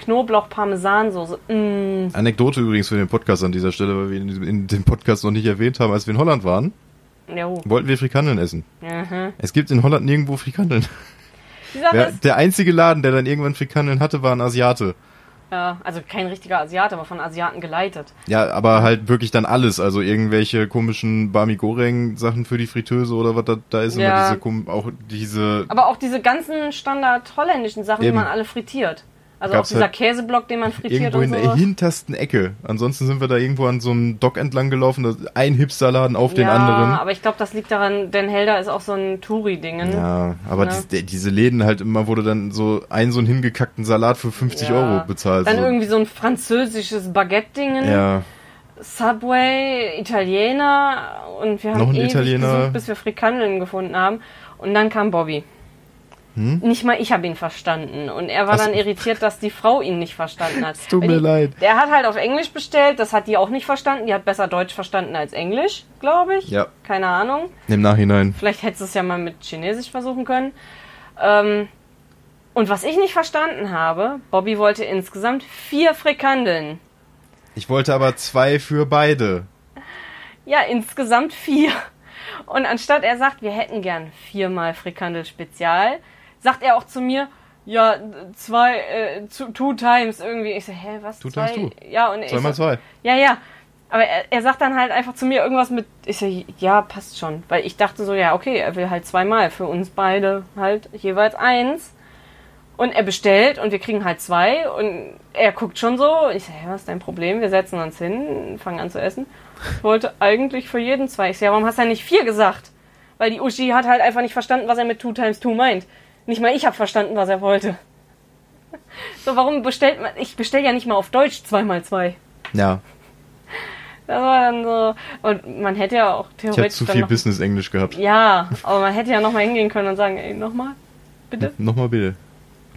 [SPEAKER 2] Knoblauch-Parmesan-Soße. Mm.
[SPEAKER 1] Anekdote übrigens für den Podcast an dieser Stelle, weil wir ihn in dem Podcast noch nicht erwähnt haben. Als wir in Holland waren,
[SPEAKER 2] Jo.
[SPEAKER 1] wollten wir Frikandeln essen.
[SPEAKER 2] Mhm.
[SPEAKER 1] Es gibt in Holland nirgendwo Frikandeln.
[SPEAKER 2] Die Sache
[SPEAKER 1] Der,
[SPEAKER 2] ist,
[SPEAKER 1] der einzige Laden, der dann irgendwann Frikandeln hatte, war ein Asiate.
[SPEAKER 2] Ja, also kein richtiger Asiate, aber von Asiaten geleitet.
[SPEAKER 1] Ja, aber halt wirklich dann alles. Also irgendwelche komischen Bami Goreng-Sachen für die Fritteuse oder was da, da ist.
[SPEAKER 2] Ja.
[SPEAKER 1] Immer diese, kom- auch diese.
[SPEAKER 2] Aber auch diese ganzen Standard holländischen Sachen,
[SPEAKER 1] Eben.
[SPEAKER 2] die man alle frittiert. Also
[SPEAKER 1] Gab's
[SPEAKER 2] auch dieser
[SPEAKER 1] halt
[SPEAKER 2] Käseblock, den man frittiert
[SPEAKER 1] Irgendwo
[SPEAKER 2] und
[SPEAKER 1] in der
[SPEAKER 2] so.
[SPEAKER 1] hintersten Ecke. Ansonsten sind wir da irgendwo an so einem Dock entlang gelaufen, da- ein Hipsterladen auf den
[SPEAKER 2] ja,
[SPEAKER 1] anderen.
[SPEAKER 2] aber ich glaube, das liegt daran, denn Helder ist auch so ein Touri-Dingen.
[SPEAKER 1] Ja, aber
[SPEAKER 2] Ne?
[SPEAKER 1] dies- der- diese Läden halt immer, wo du dann so einen so einen hingekackten Salat für 50 Euro bezahlst.
[SPEAKER 2] Dann
[SPEAKER 1] so.
[SPEAKER 2] irgendwie so ein französisches Baguette-Dingen.
[SPEAKER 1] Ja,
[SPEAKER 2] Subway, Italiener und wir haben
[SPEAKER 1] Noch ein
[SPEAKER 2] ewig
[SPEAKER 1] Italiener.
[SPEAKER 2] gesucht, bis wir Frikandeln gefunden haben. Und dann kam Bobby.
[SPEAKER 1] Hm?
[SPEAKER 2] Nicht mal ich habe ihn verstanden. Und er war
[SPEAKER 1] Hast-
[SPEAKER 2] dann irritiert, dass die Frau ihn nicht verstanden hat.
[SPEAKER 1] tut
[SPEAKER 2] Weil
[SPEAKER 1] mir
[SPEAKER 2] die,
[SPEAKER 1] leid.
[SPEAKER 2] Der hat halt auf Englisch bestellt, das hat die auch nicht verstanden. Die hat besser Deutsch verstanden als Englisch, glaube ich.
[SPEAKER 1] Ja.
[SPEAKER 2] Keine Ahnung.
[SPEAKER 1] im Nachhinein.
[SPEAKER 2] Vielleicht hättest du es ja mal mit Chinesisch versuchen können. Ähm, und was ich nicht verstanden habe, Bobby wollte insgesamt vier Frikandeln.
[SPEAKER 1] Ich wollte aber zwei für beide.
[SPEAKER 2] Ja, insgesamt vier. Und anstatt er sagt, wir hätten gern viermal Frikandel Spezial, sagt er auch zu mir, ja, zwei, äh, two, two times irgendwie. Ich so, hä, was?
[SPEAKER 1] Two
[SPEAKER 2] zwei?
[SPEAKER 1] times two.
[SPEAKER 2] Ja, und
[SPEAKER 1] Zweimal
[SPEAKER 2] ich so,
[SPEAKER 1] zwei.
[SPEAKER 2] Ja, ja. Aber er, er sagt dann halt einfach zu mir irgendwas mit, ich so, ja, passt schon. Weil ich dachte so, ja, okay, er will halt zweimal für uns beide halt jeweils eins. Und er bestellt und wir kriegen halt zwei und er guckt schon so. Ich so, hä, was ist dein Problem? Wir setzen uns hin, fangen an zu essen. Ich wollte eigentlich für jeden zwei. Ich so, ja, warum hast du denn nicht vier gesagt? Weil die Uschi hat halt einfach nicht verstanden, was er mit two times two meint. Nicht mal ich habe verstanden, was er wollte. So, warum bestellt man, ich bestell ja nicht mal auf Deutsch zweimal zwei.
[SPEAKER 1] Ja,
[SPEAKER 2] Das war dann so. Und man hätte ja auch
[SPEAKER 1] ich habe
[SPEAKER 2] theoretisch.
[SPEAKER 1] zu
[SPEAKER 2] dann
[SPEAKER 1] viel
[SPEAKER 2] noch,
[SPEAKER 1] Business-Englisch gehabt.
[SPEAKER 2] Ja, aber man hätte ja nochmal hingehen können und sagen, ey, nochmal, bitte,
[SPEAKER 1] Nochmal bitte.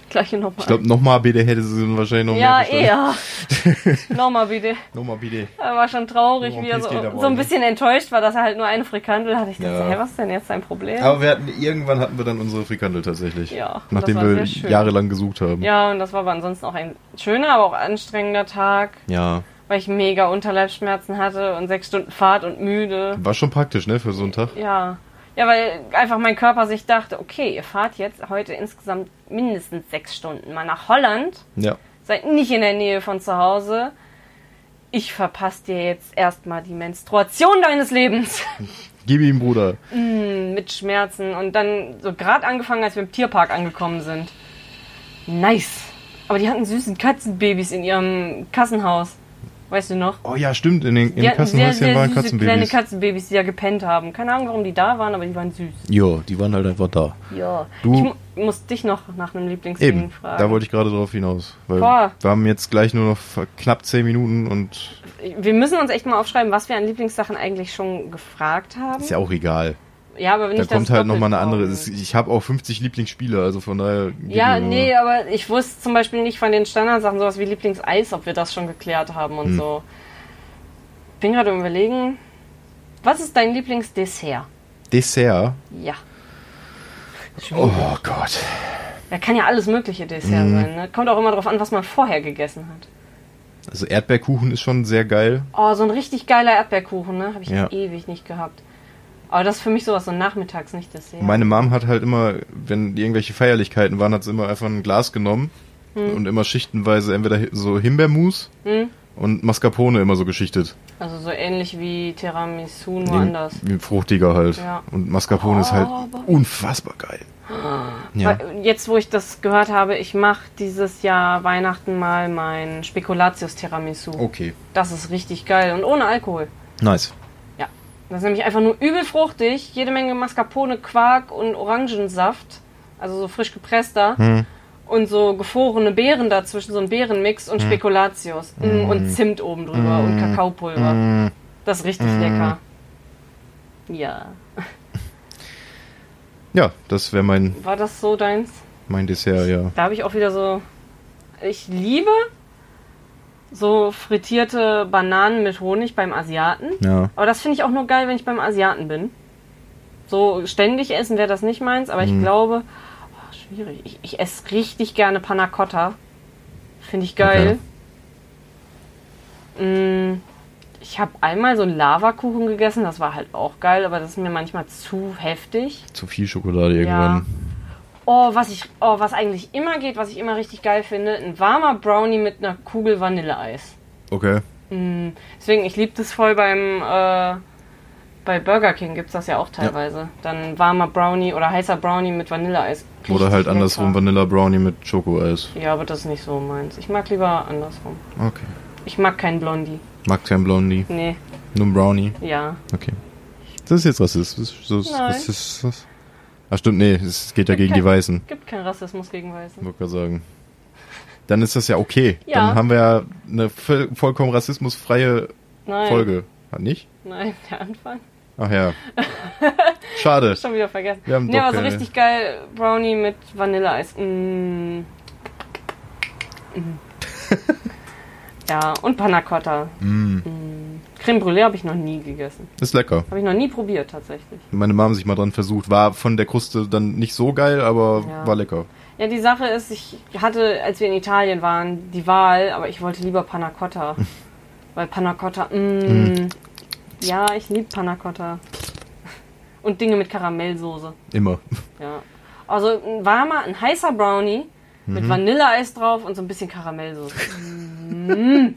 [SPEAKER 2] gleich hier nochmal.
[SPEAKER 1] Ich glaube, nochmal bitte hätte sie wahrscheinlich noch
[SPEAKER 2] ja, eh.
[SPEAKER 1] mehr verstanden.
[SPEAKER 2] eher. nochmal bitte.
[SPEAKER 1] Nochmal bitte.
[SPEAKER 2] Er war schon traurig,
[SPEAKER 1] Nur
[SPEAKER 2] wie er
[SPEAKER 1] One Piece geht
[SPEAKER 2] so,
[SPEAKER 1] aber
[SPEAKER 2] so
[SPEAKER 1] auch
[SPEAKER 2] ein
[SPEAKER 1] nicht.
[SPEAKER 2] bisschen enttäuscht war, dass er halt nur eine Frikandel hatte. Ich dachte,
[SPEAKER 1] Ja.
[SPEAKER 2] hey, was ist denn jetzt sein Problem?
[SPEAKER 1] Aber wir hatten, irgendwann hatten wir dann unsere Frikandel tatsächlich.
[SPEAKER 2] Ja, und
[SPEAKER 1] Nachdem
[SPEAKER 2] das war
[SPEAKER 1] wir
[SPEAKER 2] sehr schön.
[SPEAKER 1] jahrelang gesucht haben.
[SPEAKER 2] ja, und das war aber ansonsten auch ein schöner, aber auch anstrengender Tag,
[SPEAKER 1] Ja.
[SPEAKER 2] weil ich mega Unterleibsschmerzen hatte und sechs Stunden Fahrt und müde.
[SPEAKER 1] War schon praktisch, ne, für so einen Tag.
[SPEAKER 2] Ja. Ja, weil einfach mein Körper sich dachte, okay, ihr fahrt jetzt heute insgesamt mindestens sechs Stunden mal nach Holland,
[SPEAKER 1] Ja.
[SPEAKER 2] seid nicht in der Nähe von zu Hause. Ich verpasse dir jetzt erstmal die Menstruation deines Lebens
[SPEAKER 1] Gib ihm, Bruder.
[SPEAKER 2] mit Schmerzen und dann so gerade angefangen, als wir im Tierpark angekommen sind. Nice. Aber die hatten süßen Katzenbabys in ihrem Kassenhaus. Weißt du noch?
[SPEAKER 1] Oh ja, stimmt. In den,
[SPEAKER 2] Die
[SPEAKER 1] im
[SPEAKER 2] hatten sehr,
[SPEAKER 1] Kassenhäuschen
[SPEAKER 2] sehr
[SPEAKER 1] waren
[SPEAKER 2] süße kleine
[SPEAKER 1] Katzenbabys.
[SPEAKER 2] Katzenbabys, die da gepennt haben. Keine Ahnung, warum die da waren, aber die waren süß.
[SPEAKER 1] ja, die waren halt einfach da.
[SPEAKER 2] Ja.
[SPEAKER 1] Du-
[SPEAKER 2] ich mu muss dich noch nach einem Lieblingsding
[SPEAKER 1] Eben.
[SPEAKER 2] fragen.
[SPEAKER 1] Da wollte ich gerade drauf hinaus. Weil
[SPEAKER 2] Boah.
[SPEAKER 1] wir haben jetzt gleich nur noch knapp 10 Minuten und
[SPEAKER 2] wir müssen uns echt mal aufschreiben, was wir an Lieblingssachen eigentlich schon gefragt haben.
[SPEAKER 1] ist ja auch egal.
[SPEAKER 2] Ja, aber
[SPEAKER 1] Da
[SPEAKER 2] nicht, dass
[SPEAKER 1] kommt
[SPEAKER 2] es
[SPEAKER 1] halt nochmal
[SPEAKER 2] doppelt
[SPEAKER 1] eine andere. Es-
[SPEAKER 2] kommt.
[SPEAKER 1] Ich habe auch 50 Lieblingsspiele, also von daher.
[SPEAKER 2] ja,
[SPEAKER 1] gib mir-
[SPEAKER 2] nee, aber ich wusste zum Beispiel nicht von den Standardsachen, sowas wie Lieblingseis, ob wir das schon geklärt haben
[SPEAKER 1] Hm.
[SPEAKER 2] und so. Bin gerade am überlegen, was ist dein Lieblingsdessert?
[SPEAKER 1] Dessert.
[SPEAKER 2] Ja.
[SPEAKER 1] Oh Gott.
[SPEAKER 2] Da kann ja alles mögliche Dessert
[SPEAKER 1] Hm.
[SPEAKER 2] sein. Ne? Kommt auch immer darauf an, was man vorher gegessen hat.
[SPEAKER 1] Also Erdbeerkuchen ist schon sehr geil.
[SPEAKER 2] Oh, so ein richtig geiler Erdbeerkuchen, ne? Habe ich
[SPEAKER 1] Ja.
[SPEAKER 2] ewig nicht gehabt. Aber das ist für mich sowas, so nachmittags nicht Dessert.
[SPEAKER 1] Meine Mom hat halt immer, wenn irgendwelche Feierlichkeiten waren, hat sie immer einfach ein Glas genommen
[SPEAKER 2] Hm.
[SPEAKER 1] und immer schichtenweise entweder hi- so Himbeermus und Mascarpone immer so geschichtet.
[SPEAKER 2] Also so ähnlich wie Tiramisu, nur
[SPEAKER 1] Irgend-
[SPEAKER 2] anders.
[SPEAKER 1] wie Fruchtiger halt.
[SPEAKER 2] Ja.
[SPEAKER 1] Und Mascarpone ist halt unfassbar geil. Ja.
[SPEAKER 2] Weil Jetzt, wo ich das gehört habe, ich mache dieses Jahr Weihnachten mal mein Spekulatius-Tiramisu.
[SPEAKER 1] Okay.
[SPEAKER 2] Das ist richtig geil und ohne Alkohol.
[SPEAKER 1] Nice.
[SPEAKER 2] Ja. Das ist nämlich einfach nur übel fruchtig. Jede Menge Mascarpone, Quark und Orangensaft. Also so frisch gepresster. Und so gefrorene Beeren dazwischen, so ein Beerenmix und Spekulatius. Mm, Und Zimt oben drüber und Kakaopulver.
[SPEAKER 1] Hm.
[SPEAKER 2] Das ist richtig lecker. Ja.
[SPEAKER 1] Ja, das wäre mein,
[SPEAKER 2] War das so deins?
[SPEAKER 1] mein Dessert, ja.
[SPEAKER 2] Da habe ich auch wieder so. Ich liebe so frittierte Bananen mit Honig beim Asiaten.
[SPEAKER 1] Ja.
[SPEAKER 2] Aber das finde ich auch nur geil, wenn ich beim Asiaten bin. So ständig essen wäre das nicht meins, aber ich glaube, oh, schwierig. Ich, ich esse richtig gerne Panna Cotta. Finde ich geil. Mm, Ich habe einmal so einen Lavakuchen gegessen, das war halt auch geil, aber das ist mir manchmal zu heftig.
[SPEAKER 1] Zu viel Schokolade irgendwann.
[SPEAKER 2] Oh, was ich, oh, was eigentlich immer geht, was ich immer richtig geil finde, ein warmer Brownie mit einer Kugel Vanilleeis.
[SPEAKER 1] Okay.
[SPEAKER 2] Mm, Deswegen, ich liebe das voll beim äh, bei Burger King gibt's das ja auch teilweise. Dann warmer Brownie oder heißer Brownie mit Vanilleeis.
[SPEAKER 1] Oder
[SPEAKER 2] Richtig
[SPEAKER 1] halt andersrum
[SPEAKER 2] lecker.
[SPEAKER 1] Vanilla Brownie mit Schokoeis.
[SPEAKER 2] Ja, aber das ist nicht so meins. Ich mag lieber andersrum.
[SPEAKER 1] Okay.
[SPEAKER 2] Ich mag keinen Blondie.
[SPEAKER 1] Mag kein Blondie,
[SPEAKER 2] Nee,
[SPEAKER 1] nur ein Brownie.
[SPEAKER 2] ja.
[SPEAKER 1] Okay. Das ist jetzt rassistisch. So,
[SPEAKER 2] Nein.
[SPEAKER 1] Das ist, das Ach stimmt, nee, es geht ja gegen die
[SPEAKER 2] kein-
[SPEAKER 1] Weißen,
[SPEAKER 2] Gibt keinen Rassismus gegen Weiße.
[SPEAKER 1] wollte gerade sagen. Dann ist das ja okay.
[SPEAKER 2] Ja.
[SPEAKER 1] Dann haben wir ja eine voll- vollkommen rassismusfreie
[SPEAKER 2] Nein.
[SPEAKER 1] Folge. Ah, Nicht?
[SPEAKER 2] Nein, der Anfang.
[SPEAKER 1] Ach ja. Schade.
[SPEAKER 2] Schon wieder vergessen.
[SPEAKER 1] Wir haben
[SPEAKER 2] nee,
[SPEAKER 1] doch
[SPEAKER 2] aber so
[SPEAKER 1] keine-
[SPEAKER 2] richtig geil Brownie mit Vanilleeis. Mm. Mm. ja, und Panna Cotta. Mm. Creme Brûlée habe ich noch nie gegessen.
[SPEAKER 1] Ist lecker.
[SPEAKER 2] Habe ich noch nie probiert tatsächlich.
[SPEAKER 1] Meine Mom sich mal dran versucht. War von der Kruste dann nicht so geil, aber
[SPEAKER 2] Ja.
[SPEAKER 1] war lecker.
[SPEAKER 2] Ja, die Sache ist, ich hatte, als wir in Italien waren, die Wahl, aber ich wollte lieber Panna Cotta. Weil Panna Cotta, mm. Ja, ich liebe Panna Cotta. Und Dinge mit Karamellsoße.
[SPEAKER 1] Immer.
[SPEAKER 2] Ja. Also ein warmer, ein heißer Brownie mit Vanilleeis drauf und so ein bisschen Karamellsoße. mm.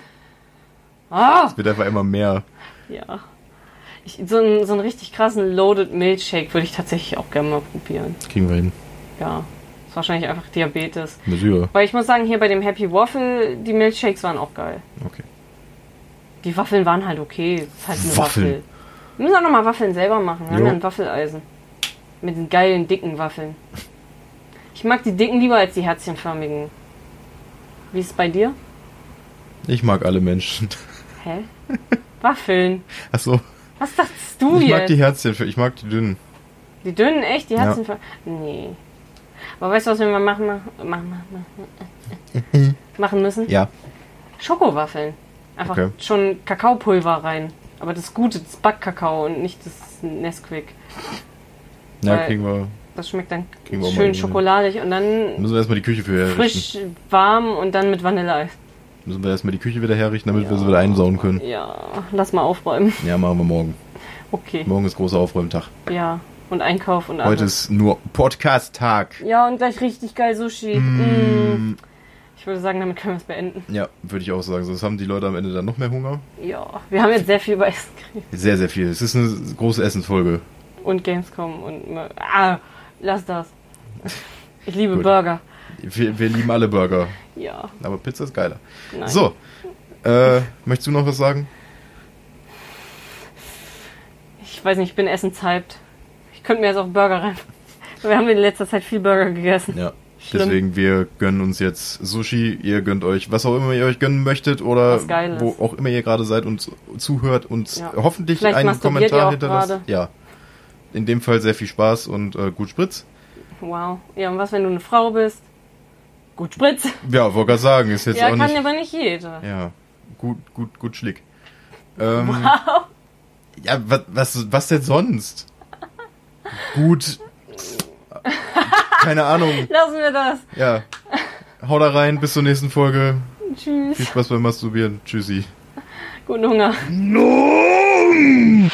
[SPEAKER 2] Ah,
[SPEAKER 1] Wird einfach immer mehr.
[SPEAKER 2] ja. Ich, so, einen, so einen richtig krassen Loaded Milkshake würde ich tatsächlich auch gerne mal probieren.
[SPEAKER 1] Kriegen wir hin.
[SPEAKER 2] Ja. Ist wahrscheinlich einfach Diabetes.
[SPEAKER 1] Mesure.
[SPEAKER 2] Weil ich muss sagen, hier bei dem Happy Waffle, die Milkshakes waren auch geil.
[SPEAKER 1] Okay.
[SPEAKER 2] Die Waffeln waren halt okay. Ist halt eine
[SPEAKER 1] Waffeln.
[SPEAKER 2] Waffel. Wir müssen auch nochmal Waffeln selber machen. Wir haben
[SPEAKER 1] Jo.
[SPEAKER 2] ja ein Waffeleisen. Mit den geilen, dicken Waffeln. Ich mag die dicken lieber als die herzchenförmigen. Wie ist es bei dir?
[SPEAKER 1] Ich mag alle Menschen.
[SPEAKER 2] Hä? Waffeln.
[SPEAKER 1] Achso.
[SPEAKER 2] Was dachtest du
[SPEAKER 1] Ich mag
[SPEAKER 2] jetzt?
[SPEAKER 1] die
[SPEAKER 2] Die,
[SPEAKER 1] Herzchen. Ich mag die dünnen.
[SPEAKER 2] dünnen, echt? Die
[SPEAKER 1] Ja.
[SPEAKER 2] herzchenförmigen? Nee. Aber weißt du, was wir mal machen, machen, machen, machen, machen müssen?
[SPEAKER 1] Ja.
[SPEAKER 2] Schokowaffeln. Einfach
[SPEAKER 1] Okay.
[SPEAKER 2] schon Kakaopulver rein. Aber das Gute, das Backkakao und nicht das Nesquik.
[SPEAKER 1] Na,
[SPEAKER 2] Weil-
[SPEAKER 1] kriegen wir.
[SPEAKER 2] Das schmeckt dann
[SPEAKER 1] Kriegen wir auch mal Äh,
[SPEAKER 2] schön
[SPEAKER 1] hin.
[SPEAKER 2] schokoladig und dann
[SPEAKER 1] Müssen wir erstmal die Küche für herrichten.
[SPEAKER 2] frisch warm und dann mit Vanilleeis.
[SPEAKER 1] Müssen wir erstmal die Küche wieder herrichten, damit wir sie
[SPEAKER 2] Ja.
[SPEAKER 1] wieder einsauen können.
[SPEAKER 2] Ja, lass mal aufräumen.
[SPEAKER 1] Ja, machen wir morgen.
[SPEAKER 2] Okay,
[SPEAKER 1] Morgen ist großer Aufräumtag.
[SPEAKER 2] ja. Und Einkauf und alles.
[SPEAKER 1] Heute ist nur Podcast-Tag.
[SPEAKER 2] ja, und gleich richtig geil Sushi. Mm. Ich würde sagen, damit können wir es beenden.
[SPEAKER 1] Ja, würde ich auch sagen. Sonst haben die Leute am Ende dann noch mehr Hunger.
[SPEAKER 2] Ja, wir haben jetzt sehr viel über Essen geredet.
[SPEAKER 1] Sehr, sehr viel. Es ist eine große Essensfolge.
[SPEAKER 2] Und Gamescom und... Ah, lass das. Ich liebe
[SPEAKER 1] Gut.
[SPEAKER 2] Burger.
[SPEAKER 1] Wir, wir lieben alle Burger,
[SPEAKER 2] Ja,
[SPEAKER 1] aber Pizza ist geiler.
[SPEAKER 2] nein.
[SPEAKER 1] So, äh, möchtest du noch was sagen?
[SPEAKER 2] Ich weiß nicht, ich bin essenshyped. Ich könnte mir jetzt auch Burger rein. Wir haben in letzter Zeit viel Burger gegessen.
[SPEAKER 1] Ja.
[SPEAKER 2] Schlimm.
[SPEAKER 1] Deswegen, wir gönnen uns jetzt Sushi. Ihr gönnt euch, was auch immer ihr euch gönnen möchtet oder
[SPEAKER 2] Was Geiles.
[SPEAKER 1] wo auch immer ihr gerade seid und zuhört und
[SPEAKER 2] Ja.
[SPEAKER 1] hoffentlich
[SPEAKER 2] Vielleicht
[SPEAKER 1] einen
[SPEAKER 2] masturbiert
[SPEAKER 1] Kommentar
[SPEAKER 2] ihr auch
[SPEAKER 1] hinterlasst.
[SPEAKER 2] gerade.
[SPEAKER 1] Ja. In dem Fall sehr viel Spaß und äh, gut Spritz.
[SPEAKER 2] Wow. Ja, und was, wenn du eine Frau bist? Gut Spritz.
[SPEAKER 1] Ja, wollte gerade sagen, ist jetzt
[SPEAKER 2] ja,
[SPEAKER 1] auch
[SPEAKER 2] kann
[SPEAKER 1] nicht.
[SPEAKER 2] aber nicht jeder.
[SPEAKER 1] Ja, gut, gut, gut Schlick. Ähm, Ja, was, was, was denn sonst? Gut. Keine Ahnung.
[SPEAKER 2] Lassen wir das.
[SPEAKER 1] Ja. Hau da rein, bis zur nächsten Folge. Viel
[SPEAKER 2] Tschüss.
[SPEAKER 1] Spaß beim Masturbieren. Tschüssi.
[SPEAKER 2] Guten Hunger.
[SPEAKER 1] No!